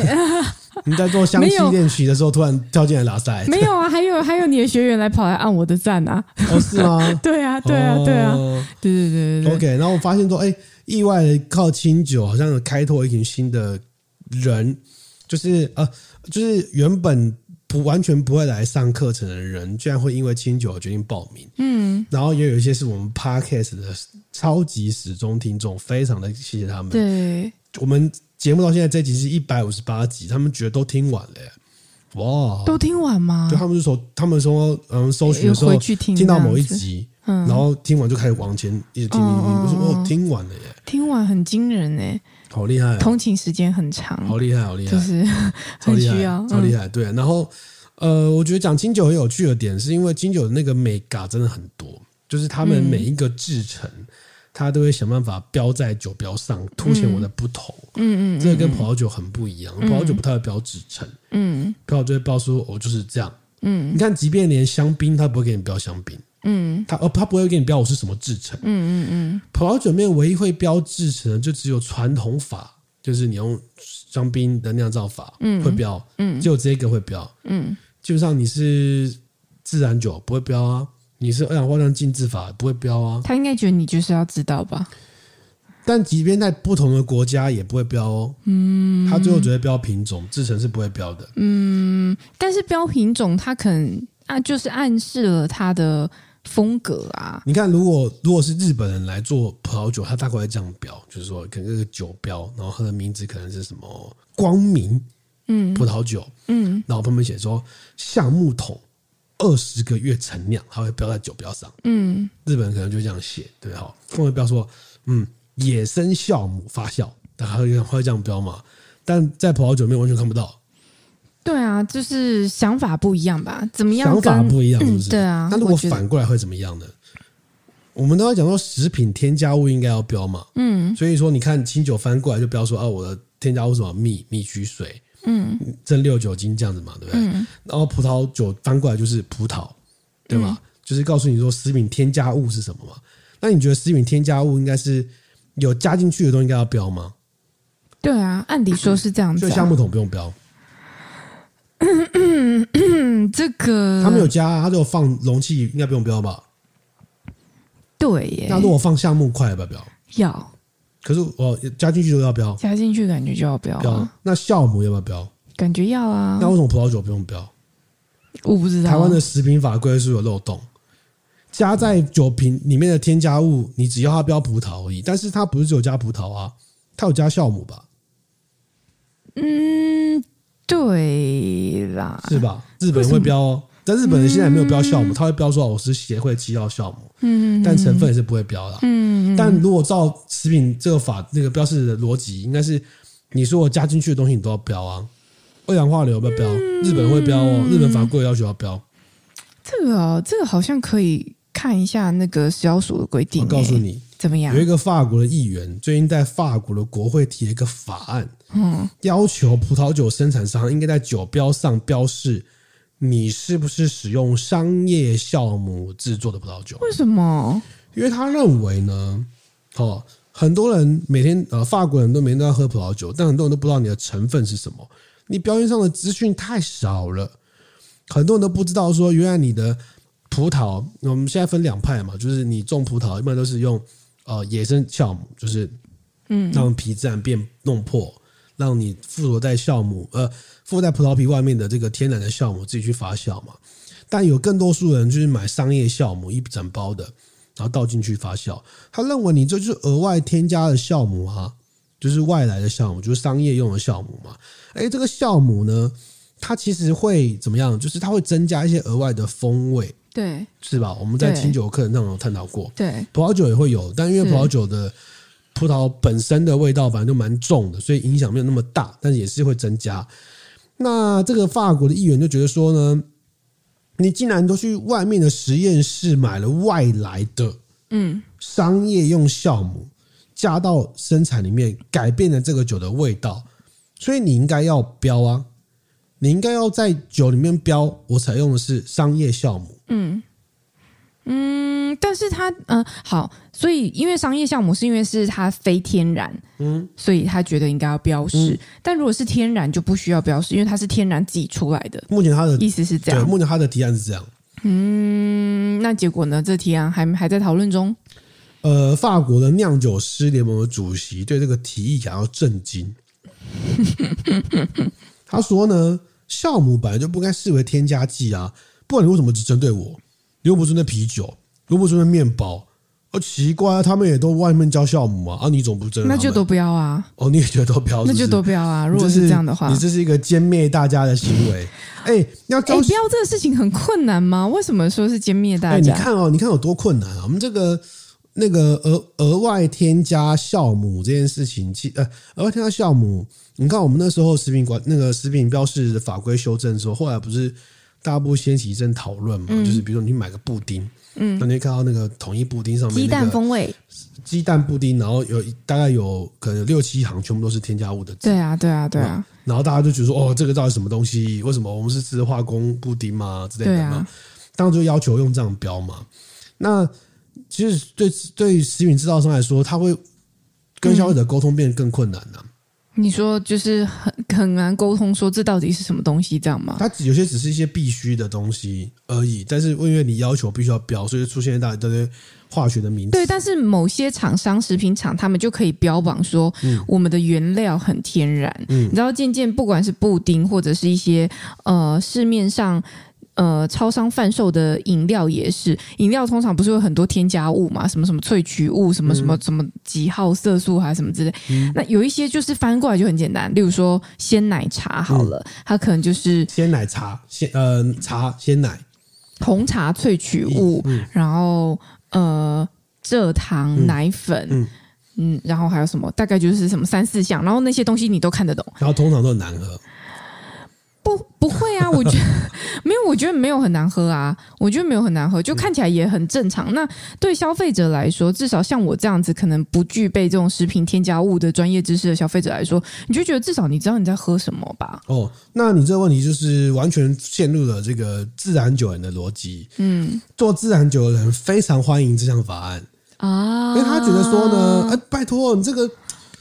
[SPEAKER 1] 你在做相
[SPEAKER 2] 没
[SPEAKER 1] 吸
[SPEAKER 2] 有
[SPEAKER 1] 练习的时候，突然跳进来拉塞，
[SPEAKER 2] [LAUGHS] 没有啊，还有还有你的学员来跑来按我的赞啊， [LAUGHS]
[SPEAKER 1] 哦，是吗？
[SPEAKER 2] 对啊对啊
[SPEAKER 1] 哦
[SPEAKER 2] 对啊，对对对对对，
[SPEAKER 1] OK，然后我发现说，哎，意外的靠清酒好像有开拓一群新的人，就是呃，就是原本不完全不会来上课程的人，居然会因为清酒而决定报名。嗯，然后也有一些是我们 Podcast 的超级始终听众，非常的谢谢他们。
[SPEAKER 2] 对
[SPEAKER 1] 我们节目到现在这集是一百五十八集，他们觉得都听完了耶，哇！
[SPEAKER 2] 都听完吗
[SPEAKER 1] 就？他们就说，他们说，嗯，搜寻的时候
[SPEAKER 2] 有回去听
[SPEAKER 1] 到某一
[SPEAKER 2] 这样
[SPEAKER 1] 集，然后听完就开始往前一直听听听，我说嗯哦，听完了耶，
[SPEAKER 2] 听完很惊人哎、
[SPEAKER 1] 好厉害哦，
[SPEAKER 2] 通勤时间很长，
[SPEAKER 1] 好厉害，好厉害
[SPEAKER 2] 就，是
[SPEAKER 1] 超
[SPEAKER 2] 很
[SPEAKER 1] 厉害
[SPEAKER 2] 需要，嗯
[SPEAKER 1] 超厉害，对。然后，呃，我觉得讲金酒很有趣的点，是因为金酒的那个美嘎真的很多，就是他们每一个制成，他都会想办法标在酒标上，凸显我的不同。嗯嗯，这个跟葡萄酒很不一样，葡萄酒不太会标制成，嗯，葡萄酒会标说我就是这样。嗯，你看，即便连香槟，他不会给你标香槟，嗯，他哦，他不会给你标我是什么制成，嗯嗯嗯，葡萄酒里面唯一会标制成的，就只有传统法，就是你用香槟的酿造法，嗯，会标，嗯，只有这个会标，嗯，基本上你是自然酒不会标哎啊，你是二氧化碳浸制法不会标啊，
[SPEAKER 2] 他应该觉得你就是要知道吧？
[SPEAKER 1] 但即便在不同的国家也不会标哦，嗯，他最后只会标品种，制成是不会标的，
[SPEAKER 2] 但是标品种它可能啊，就是暗示了它的风格啊。
[SPEAKER 1] 你看，如果如果是日本人来做葡萄酒，他大概会这样标，就是说可能这个酒标，然后它的名字可能是什么光明，嗯，葡萄酒，嗯，然后旁边写说橡木桶二十个月陈酿，他会标在酒标上，嗯，日本人可能就这样写，对哈，或者标说，嗯，野生酵母发酵，但他会会这样标嘛？但在葡萄酒里面完全看不到，
[SPEAKER 2] 对啊，就是想法不一样吧？怎么样
[SPEAKER 1] 想
[SPEAKER 2] 跟？
[SPEAKER 1] 法不一样，是不是？
[SPEAKER 2] 对啊
[SPEAKER 1] 那如果
[SPEAKER 2] 我觉得
[SPEAKER 1] 反过来会怎么样呢？我们都要讲说食品添加物应该要标嘛，嗯，所以说你看清酒翻过来就标说啊，我的添加物是什么蜜、蜜曲水，嗯，蒸馏酒精这样子嘛，对不对？
[SPEAKER 2] 嗯
[SPEAKER 1] 然后葡萄酒翻过来就是葡萄，对吧？
[SPEAKER 2] 嗯
[SPEAKER 1] 就是告诉你说食品添加物是什么嘛。那你觉得食品添加物应该是有加进去的东西应该要标吗？
[SPEAKER 2] 对啊，按理说是这样子、
[SPEAKER 1] 所
[SPEAKER 2] 啊。
[SPEAKER 1] 以橡木桶不用标，
[SPEAKER 2] 嗯，这个
[SPEAKER 1] 他们有加啊，他就有放容器，应该不用标吧？
[SPEAKER 2] 对耶，
[SPEAKER 1] 那如果放橡木块要不要标？
[SPEAKER 2] 要
[SPEAKER 1] 可是我加进去就要标，
[SPEAKER 2] 加进去，感觉就要标啊，
[SPEAKER 1] 标。那酵母要不要标？
[SPEAKER 2] 感觉要啊
[SPEAKER 1] 那。为什么葡萄酒不用标？
[SPEAKER 2] 我不知道啊
[SPEAKER 1] 台湾的食品法规是不是有漏洞，加在酒瓶里面的添加物，你只要它标葡萄而已，但是它不是只有加葡萄啊，它有加酵母吧？
[SPEAKER 2] 对啦，
[SPEAKER 1] 是吧？日本人会标哦，但日本人现在没有标酵母，他会标说哦我是协会七号酵母，嗯，但成分也是不会标的，嗯。但如果照食品这个法那个标示的逻辑，应该是你说我加进去的东西你都要标啊，二氧化硫要不要标？日本人会标哦，日本法规有要求要标。
[SPEAKER 2] 这个哦，这个好像可以看一下那个食药署的规定
[SPEAKER 1] 我
[SPEAKER 2] 耶。
[SPEAKER 1] 告诉你，
[SPEAKER 2] 怎么样
[SPEAKER 1] 有？一个法国的议员最近在法国的国会提了一个法案，嗯，要求葡萄酒生产商应该在酒标上标示你是不是使用商业酵母制作的葡萄酒，
[SPEAKER 2] 为什么？
[SPEAKER 1] 因为他认为呢，哦，很多人每天呃，法国人都每天都要喝葡萄酒，但很多人都不知道你的成分是什么，你标签上的资讯太少了，很多人都不知道说原来你的葡萄，我们现在分两派嘛，就是你种葡萄一般都是用呃野生酵母，就是嗯让皮自然变弄破，让你附着在酵母呃附在葡萄皮外面的这个天然的酵母自己去发酵嘛。但有更多数人就是买商业酵母一整包的，然后倒进去发酵。他认为你这就是额外添加的酵母啊，就是外来的酵母，就是商业用的酵母嘛。哎，这个酵母呢，它其实会怎么样？就是它会增加一些额外的风味，
[SPEAKER 2] 对
[SPEAKER 1] 是吧？我们在
[SPEAKER 2] 对
[SPEAKER 1] 清酒课程上有探讨过，
[SPEAKER 2] 对，
[SPEAKER 1] 葡萄酒也会有，但因为
[SPEAKER 2] 是
[SPEAKER 1] 葡萄酒的葡萄本身的味道反正就蛮重的，所以影响没有那么大，但是也是会增加。那这个法国的议员就觉得说呢，你竟然都去外面的实验室买了外来的，
[SPEAKER 2] 嗯，
[SPEAKER 1] 商业用酵母加到生产里面，改变了这个酒的味道，所以你应该要标啊，你应该要在酒里面标，我采用的是商业酵母。
[SPEAKER 2] 嗯，但是它嗯、呃好，所以因为商业项目是因为是它非天然，嗯，所以他觉得应该要标
[SPEAKER 1] 嗯
[SPEAKER 2] 示。但如果是天然就不需要标示，因为它是天然自己出来的，
[SPEAKER 1] 目前他的
[SPEAKER 2] 意思是这
[SPEAKER 1] 对，
[SPEAKER 2] 样。
[SPEAKER 1] 目前他的提案是这样。
[SPEAKER 2] 嗯，那结果呢？这提案还还在讨论中。
[SPEAKER 1] 呃，法国的酿酒师联盟的主席对这个提议感到震
[SPEAKER 2] [LAUGHS]
[SPEAKER 1] 惊。他说呢，酵母本来就不该视为添加剂啊，不然你为什么只针对我？你又不针对啤酒，又不针对面包，哦，奇怪、啊，他们也都外面加酵母啊，啊，你总不针对
[SPEAKER 2] 那
[SPEAKER 1] 他
[SPEAKER 2] 就
[SPEAKER 1] 们
[SPEAKER 2] 都不要啊，
[SPEAKER 1] 哦，你也觉得都标，
[SPEAKER 2] 那就
[SPEAKER 1] 不
[SPEAKER 2] 是
[SPEAKER 1] 是
[SPEAKER 2] 都不要啊。
[SPEAKER 1] 你
[SPEAKER 2] 如果
[SPEAKER 1] 是
[SPEAKER 2] 是这样的话，
[SPEAKER 1] 你这是一个歼灭大家的行为。哎、要
[SPEAKER 2] 哎、
[SPEAKER 1] 教
[SPEAKER 2] 不要这个事情很困难吗？为什么说是歼灭
[SPEAKER 1] 哎、
[SPEAKER 2] 大
[SPEAKER 1] 你
[SPEAKER 2] 家？
[SPEAKER 1] 看哦，你看有多困难啊！我们这个那个额额外添加酵母这件事情，其呃额外添加酵母，你看我们那时候食品管那个食品标示法规修正的时候，后来不是大部掀起一阵讨论嘛？
[SPEAKER 2] 嗯
[SPEAKER 1] 就是比如说你买个布丁，嗯，那你会看到那个统一布丁上面
[SPEAKER 2] 鸡蛋
[SPEAKER 1] 那个
[SPEAKER 2] 风味，
[SPEAKER 1] 鸡蛋布丁，然后有大概有可能有六七行全部都是添加物的字
[SPEAKER 2] 对啊，对啊，对啊，
[SPEAKER 1] 然后大家就觉得说，哦，这个到底什么东西？为什么我们是吃化工布丁嘛之类
[SPEAKER 2] 对
[SPEAKER 1] 的嘛？
[SPEAKER 2] 啊，
[SPEAKER 1] 当然就要求用这样标嘛。那其
[SPEAKER 2] 嗯
[SPEAKER 1] 实对对于食品制造商来说，他会跟消费者沟通变得更困难了、啊
[SPEAKER 2] 你说就是很很难沟通，说这到底是什么东西，这样吗？
[SPEAKER 1] 它有些只是一些必须的东西而已，但是因为你要求必须要标，所以就出现一大堆化学的名词。
[SPEAKER 2] 对，但是某些厂商、食品厂，他们就可以标榜说，
[SPEAKER 1] 嗯
[SPEAKER 2] 我们的原料很天然。你知道，渐渐不管是布丁，或者是一些呃市面上呃超商贩售的饮料，也是饮料通常不是有很多添加物嘛，什么什么萃取物，什么
[SPEAKER 1] 嗯
[SPEAKER 2] 什么什么几号色素还是什么之类。那有一些就是翻过来就很简单，例如说鲜奶茶好
[SPEAKER 1] 嗯
[SPEAKER 2] 了，它可能就是
[SPEAKER 1] 鲜奶茶、鲜呃茶、鲜奶，
[SPEAKER 2] 红茶萃取物，然后呃蔗糖、奶粉，嗯
[SPEAKER 1] 嗯嗯
[SPEAKER 2] 然后还有什么？大概就是什么三四项，然后那些东西你都看得懂？
[SPEAKER 1] 然后通常都很难喝。
[SPEAKER 2] 不，不会啊，我觉
[SPEAKER 1] [LAUGHS]
[SPEAKER 2] 得没有，我觉得没有很难喝啊，我觉得没有很难
[SPEAKER 1] 嗯
[SPEAKER 2] 喝，就看起来也很正常。那对消费者来说，至少像我这样子可能不具备这种食品添加物的专业知识的消费者来说，你就觉得至少你知道你在喝什么吧？
[SPEAKER 1] 哦，那你这个问题就是完全陷入了这个自然酒人的逻辑。嗯，做自然酒的人非常欢迎这项法案，因
[SPEAKER 2] 啊
[SPEAKER 1] 为他觉得说呢，哎，拜托你这个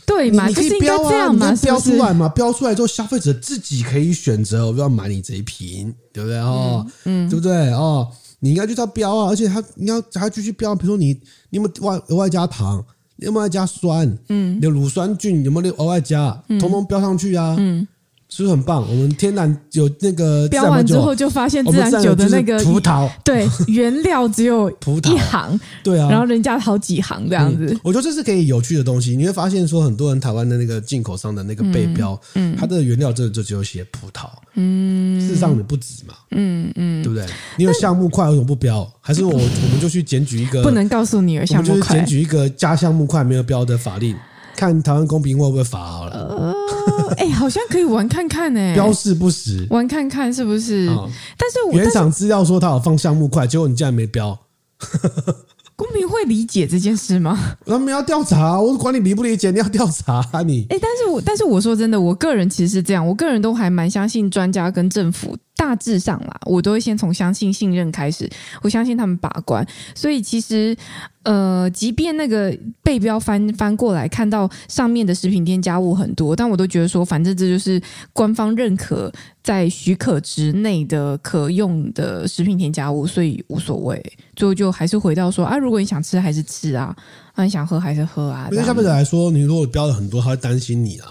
[SPEAKER 2] 对
[SPEAKER 1] 你
[SPEAKER 2] 哎嘛，
[SPEAKER 1] 你
[SPEAKER 2] 就
[SPEAKER 1] 可
[SPEAKER 2] 是
[SPEAKER 1] 以
[SPEAKER 2] 应该
[SPEAKER 1] 标
[SPEAKER 2] 这
[SPEAKER 1] 啊，
[SPEAKER 2] 样
[SPEAKER 1] 你
[SPEAKER 2] 嘛，
[SPEAKER 1] 就是标
[SPEAKER 2] 不
[SPEAKER 1] 出
[SPEAKER 2] 是？
[SPEAKER 1] 来嘛，标出来之后，消费者自己可以选择我要买你这一瓶，对不对哦？嗯，对不对哦？你应该就要标啊，而且它你要还要继续标，比如说你你有没有外额外加糖，你有没有外加酸，嗯，你的乳酸菌有没有额外加，
[SPEAKER 2] 嗯
[SPEAKER 1] 通通标上去啊，嗯，是不是很棒？我们天然有那个自
[SPEAKER 2] 标
[SPEAKER 1] 然
[SPEAKER 2] 完之
[SPEAKER 1] 酒
[SPEAKER 2] 后就发现
[SPEAKER 1] 我
[SPEAKER 2] 自
[SPEAKER 1] 们
[SPEAKER 2] 然
[SPEAKER 1] 自然
[SPEAKER 2] 酒的
[SPEAKER 1] 就是
[SPEAKER 2] 那个
[SPEAKER 1] 葡萄，
[SPEAKER 2] 对，原料只有
[SPEAKER 1] [LAUGHS] 葡萄
[SPEAKER 2] 一行，
[SPEAKER 1] 对啊，
[SPEAKER 2] 然后人家好几行这样子。
[SPEAKER 1] 嗯我觉得这是可以有趣的东西。你会发现说，很多人台湾的那个进口商的那个背标，嗯，它的原料真的就只有写葡萄，嗯，事实上你不止嘛，嗯嗯，对不对？你有项目快为什么不标？还是我我们就去检举一个，
[SPEAKER 2] 不能告诉你有
[SPEAKER 1] 呃我
[SPEAKER 2] 项
[SPEAKER 1] 们就是
[SPEAKER 2] 目快
[SPEAKER 1] 检，举一个加项目快没有标的法令，看台湾公平会不会罚好了，
[SPEAKER 2] 哎、好像可以玩看看哎、
[SPEAKER 1] 标示不实
[SPEAKER 2] 玩看看是不是？
[SPEAKER 1] 啊。
[SPEAKER 2] 但是我
[SPEAKER 1] 原
[SPEAKER 2] 但是
[SPEAKER 1] 厂资料说它有放项目快，结果你竟然没标。
[SPEAKER 2] 公民会理解这件事吗？
[SPEAKER 1] 他们要调查，我管你理不理解，你要调查、啊、你。
[SPEAKER 2] 哎、但是我但是我说真的，我个人其实是这样，我个人都还蛮相信专家跟政府，大致上啦，我都会先从相信信任开始，我相信他们把关。所以其实，呃，即便那个背标翻翻过来，看到上面的食品添加物很多，但我都觉得说，反正这就是官方认可在许可值内的可用的食品添加物，所以无所谓。最后就还是回到说啊，如果你想吃还是吃啊，啊你想喝还是喝啊。
[SPEAKER 1] 对
[SPEAKER 2] 这
[SPEAKER 1] 消
[SPEAKER 2] 样
[SPEAKER 1] 费者来说，你如果标了很多，他会担心你啊，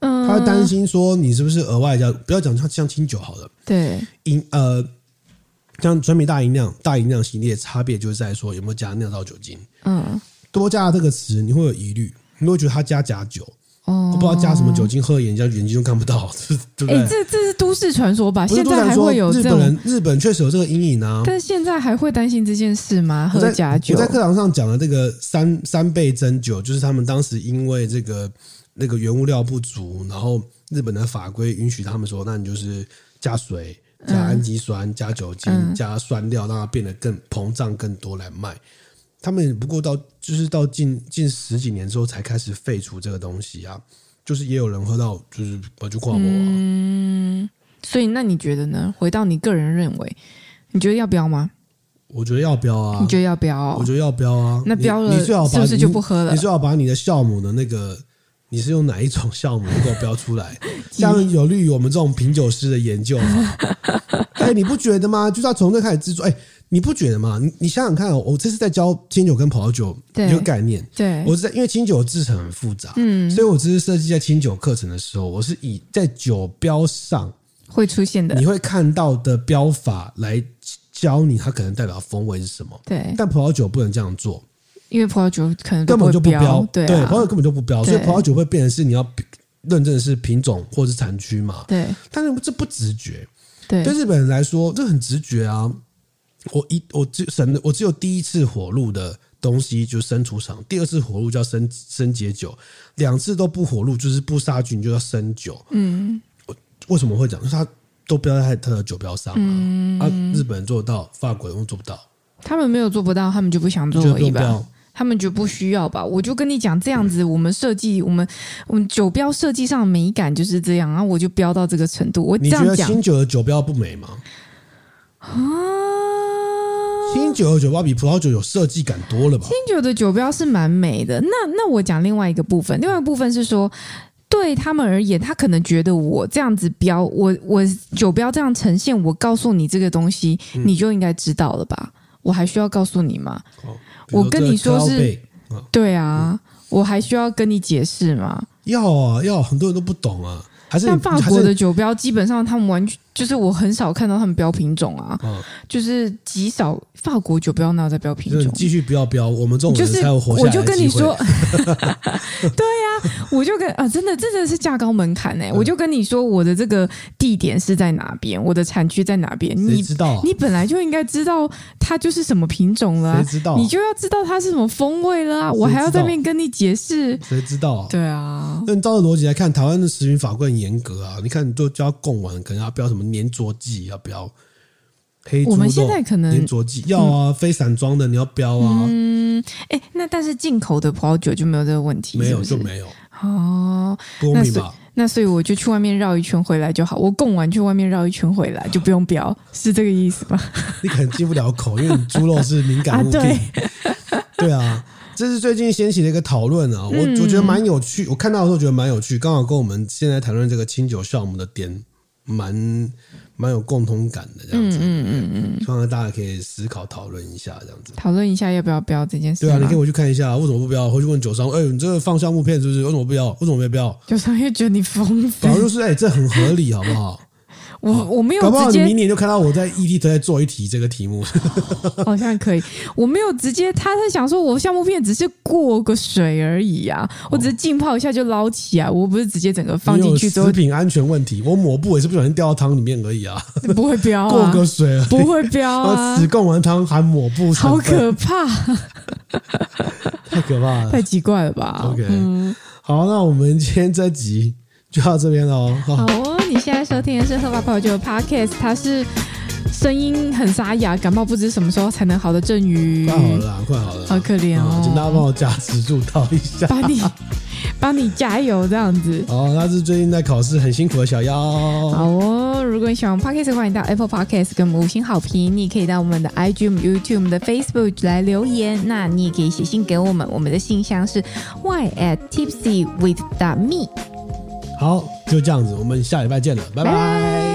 [SPEAKER 2] 嗯，
[SPEAKER 1] 他会担心说你是不是额外加，不要讲像像清酒好了，
[SPEAKER 2] 对。
[SPEAKER 1] 饮呃，像纯米大吟酿、大吟酿系列差别就是在说有没有加酿造酒精，
[SPEAKER 2] 嗯，
[SPEAKER 1] 多加了这个词你会有疑虑，你会觉得他加假酒，
[SPEAKER 2] 哦，
[SPEAKER 1] 不知道加什么酒精，喝眼睛眼睛就看不到， [LAUGHS] 对不
[SPEAKER 2] 哎、
[SPEAKER 1] 对？
[SPEAKER 2] 这这是都市传说吧？
[SPEAKER 1] 不是
[SPEAKER 2] 现
[SPEAKER 1] 都
[SPEAKER 2] 在
[SPEAKER 1] 想
[SPEAKER 2] 还
[SPEAKER 1] 说
[SPEAKER 2] 会有
[SPEAKER 1] 日
[SPEAKER 2] 这
[SPEAKER 1] 本
[SPEAKER 2] 种，
[SPEAKER 1] 人，日本确实有这个阴影啊。
[SPEAKER 2] 但现在还会担心这件事吗？
[SPEAKER 1] 我在
[SPEAKER 2] 喝假酒
[SPEAKER 1] 我在课堂上讲的这个三三倍增酒，就是他们当时因为这个那个原物料不足，然后日本的法规允许他们说，那你就是加水、加
[SPEAKER 2] 嗯
[SPEAKER 1] 氨基酸、加酒精、加酸料，让它变得更膨胀更多来卖。他们不过到就是到近近十几年之后才开始废除这个东西啊，就是也有人喝到就是我就挂我啊，
[SPEAKER 2] 嗯所以那你觉得呢？回到你个人认为，你觉得要标吗？
[SPEAKER 1] 我觉得要标啊，
[SPEAKER 2] 你觉得要标哦、
[SPEAKER 1] 我觉得要标啊。
[SPEAKER 2] 那
[SPEAKER 1] 你
[SPEAKER 2] 标了
[SPEAKER 1] 你最好把
[SPEAKER 2] 是不是
[SPEAKER 1] 你
[SPEAKER 2] 就不喝了
[SPEAKER 1] 你最好把你的酵母的那个，你是用哪一种酵母给我标出
[SPEAKER 2] [LAUGHS]
[SPEAKER 1] 来，这样有利于我们这种品酒师的研究嘛？哎，你不觉得吗？就是要从这开始制作。哎，你不觉得吗？你你想想看、哦，我这是在教清酒跟葡萄酒
[SPEAKER 2] 对
[SPEAKER 1] 一个概念。
[SPEAKER 2] 对，
[SPEAKER 1] 我是在因为清酒制成很复杂，嗯，所以我只是设计在清酒课程的时候，我是以在酒标上
[SPEAKER 2] 会出现的
[SPEAKER 1] 你，会看到的标法来教你它可能代表风味是什么，
[SPEAKER 2] 对，
[SPEAKER 1] 但葡萄酒不能这样做，
[SPEAKER 2] 因为葡萄酒可能都
[SPEAKER 1] 根本就
[SPEAKER 2] 不
[SPEAKER 1] 不
[SPEAKER 2] 会标，
[SPEAKER 1] 对、
[SPEAKER 2] 对啊
[SPEAKER 1] 葡萄，酒根本就不标，
[SPEAKER 2] 对
[SPEAKER 1] 所以葡萄酒会变成是你要认证的是品种或是产区嘛。
[SPEAKER 2] 对
[SPEAKER 1] 但是这不直觉，
[SPEAKER 2] 对
[SPEAKER 1] 对日本人来说这很直觉啊。我一我只省的，我只有第一次火入的东西就生储厂，第二次火入叫生生解酒，两次都不火入就是不杀菌就叫生酒。嗯，我为什么会讲？就是它都标在它的酒标上啊。
[SPEAKER 2] 嗯
[SPEAKER 1] 啊，日本人做得到，法国人做不到，
[SPEAKER 2] 他们没有做不到，他们就不想做
[SPEAKER 1] 就
[SPEAKER 2] 而
[SPEAKER 1] 不
[SPEAKER 2] 已
[SPEAKER 1] 用
[SPEAKER 2] 吧。
[SPEAKER 1] 标。
[SPEAKER 2] 他们就不需要吧？我就跟你讲，这样子我们设计，我们我们酒标设计上的美感就是这样，然后啊我就标到这个程度。我这
[SPEAKER 1] 你觉
[SPEAKER 2] 样
[SPEAKER 1] 得
[SPEAKER 2] 讲
[SPEAKER 1] 清酒的酒标不美吗？
[SPEAKER 2] 啊，
[SPEAKER 1] 清酒的酒标比葡萄酒有设计感多了吧？
[SPEAKER 2] 清酒的酒标是蛮美的。那那我讲另外一个部分，另外一个部分是说，对他们而言，他可能觉得我这样子标，我我酒标这样呈现，我告诉你这个东西，
[SPEAKER 1] 嗯
[SPEAKER 2] 你就应该知道了吧？我还需要告诉你吗？
[SPEAKER 1] 哦比如
[SPEAKER 2] 我跟你
[SPEAKER 1] 这个嗯
[SPEAKER 2] 说是
[SPEAKER 1] Cloud Bay，
[SPEAKER 2] 对啊，我还需要跟你解释吗？
[SPEAKER 1] 要啊要，很多人都不懂啊，还是
[SPEAKER 2] 但
[SPEAKER 1] 你
[SPEAKER 2] 法
[SPEAKER 1] 还
[SPEAKER 2] 国
[SPEAKER 1] 是
[SPEAKER 2] 的酒标基本上他们完全就是我很少看到他们标品种啊，
[SPEAKER 1] 嗯
[SPEAKER 2] 就是极少法国酒标哪有在标品
[SPEAKER 1] 就是你
[SPEAKER 2] 种。
[SPEAKER 1] 继续不要标，我们这种
[SPEAKER 2] 就
[SPEAKER 1] 人
[SPEAKER 2] 是
[SPEAKER 1] 才有活下
[SPEAKER 2] 我
[SPEAKER 1] 来
[SPEAKER 2] 就
[SPEAKER 1] 的
[SPEAKER 2] 跟
[SPEAKER 1] 机
[SPEAKER 2] 你
[SPEAKER 1] 会
[SPEAKER 2] 说，，
[SPEAKER 1] [LAUGHS]
[SPEAKER 2] 对呀、我就跟啊，真的，这真的是价高门槛
[SPEAKER 1] 嗯
[SPEAKER 2] 哎、我就跟你说，我的这个地点是在哪边，我的产区在哪边，
[SPEAKER 1] 谁
[SPEAKER 2] 你
[SPEAKER 1] 知道啊？
[SPEAKER 2] 你本来就应该知道它就是什么品种了啊、
[SPEAKER 1] 谁知道啊？
[SPEAKER 2] 你就要知道它是什么风味了啊，我还要在那边跟你解释，
[SPEAKER 1] 谁知道啊？
[SPEAKER 2] 对啊，
[SPEAKER 1] 那你照这逻辑来看，台湾的食品法规很严格啊。你看，你就叫贡丸，可能要标什么粘着剂，要标黑猪
[SPEAKER 2] 我
[SPEAKER 1] 肉
[SPEAKER 2] 们现在可能嗯
[SPEAKER 1] 粘着剂要啊，非散装的你要标啊，
[SPEAKER 2] 哎、那但是进口的葡萄酒就没有这个问题，
[SPEAKER 1] 没有
[SPEAKER 2] 是
[SPEAKER 1] 就
[SPEAKER 2] 不是
[SPEAKER 1] 没有，
[SPEAKER 2] 哦。
[SPEAKER 1] 不公平吧？
[SPEAKER 2] 那所以我就去外面绕一圈回来就好，我供完去外面绕一圈回来就不用标，是这个意思吗？
[SPEAKER 1] 你可能进不了口，因为你猪肉是敏感物品。
[SPEAKER 2] 啊对
[SPEAKER 1] [LAUGHS] 对啊，这是最近掀起的一个讨论啊，我、
[SPEAKER 2] 嗯
[SPEAKER 1] 我觉得蛮有趣，我看到的时候觉得蛮有趣，刚好跟我们现在谈论这个清酒项目的点蛮蛮有共通感的这样子，
[SPEAKER 2] 嗯嗯嗯，
[SPEAKER 1] 希望大家可以思考讨论一下这样子。
[SPEAKER 2] 讨论一下要不要标这件事
[SPEAKER 1] 对啊，
[SPEAKER 2] 吗。
[SPEAKER 1] 你可以回去看一下，为什么不标？回去问酒商，哎、你这个放橡木片是不是？为什么不要？为什么没标？
[SPEAKER 2] 有时候又觉得你疯子
[SPEAKER 1] 反，正就是哎、这很合理，好不
[SPEAKER 2] [LAUGHS]
[SPEAKER 1] 好？
[SPEAKER 2] 我我没有
[SPEAKER 1] 搞不好
[SPEAKER 2] 直
[SPEAKER 1] 你明
[SPEAKER 2] 接，
[SPEAKER 1] 年就看到我在 ET 都在做一题这个题目，
[SPEAKER 2] [LAUGHS] 好像可以，我没有直接，他在想说我橡木片只是过个水而已啊，
[SPEAKER 1] 哦
[SPEAKER 2] 我只是浸泡一下就捞起来，我不是直接整个放进去之
[SPEAKER 1] 食
[SPEAKER 2] 后
[SPEAKER 1] 品安全问题，我抹布也是不小心掉到汤里面而已啊，
[SPEAKER 2] [LAUGHS] 不会标
[SPEAKER 1] 过
[SPEAKER 2] 啊，
[SPEAKER 1] 个水而已。
[SPEAKER 2] 不会标
[SPEAKER 1] 啊！ [LAUGHS]
[SPEAKER 2] 啊
[SPEAKER 1] 只，贡丸汤含抹布成
[SPEAKER 2] 好
[SPEAKER 1] 分，
[SPEAKER 2] 可怕，
[SPEAKER 1] 太可怕了
[SPEAKER 2] 太。奇怪了吧
[SPEAKER 1] [LAUGHS] OK
[SPEAKER 2] 嗯
[SPEAKER 1] 好，那我们今天这集就到这边喽。
[SPEAKER 2] 好
[SPEAKER 1] 好，
[SPEAKER 2] 哦，你现在收听的是《喝法泡酒》Podcast，它是声音很沙哑，感冒不知什么时候才能好的郑宇
[SPEAKER 1] 快，好了啦，快好了啦。
[SPEAKER 2] 好可怜
[SPEAKER 1] 啊
[SPEAKER 2] 哦，
[SPEAKER 1] 请大家帮我加持住到一下。
[SPEAKER 2] [LAUGHS] 帮你帮你加油这样子。
[SPEAKER 1] 好，那是最近在考试很辛苦的小妖。
[SPEAKER 2] 好哦，如果你喜欢我们 Podcast，欢迎到 Apple Podcast 给我们五星好评。你也可以到我们的 IG、我们 YouTube、我们的 Facebook 来留言。那你也可以写信给我们，我们的信箱是 y at tipsy with the me。
[SPEAKER 1] 好，就这样子，我们下礼拜见了，拜拜。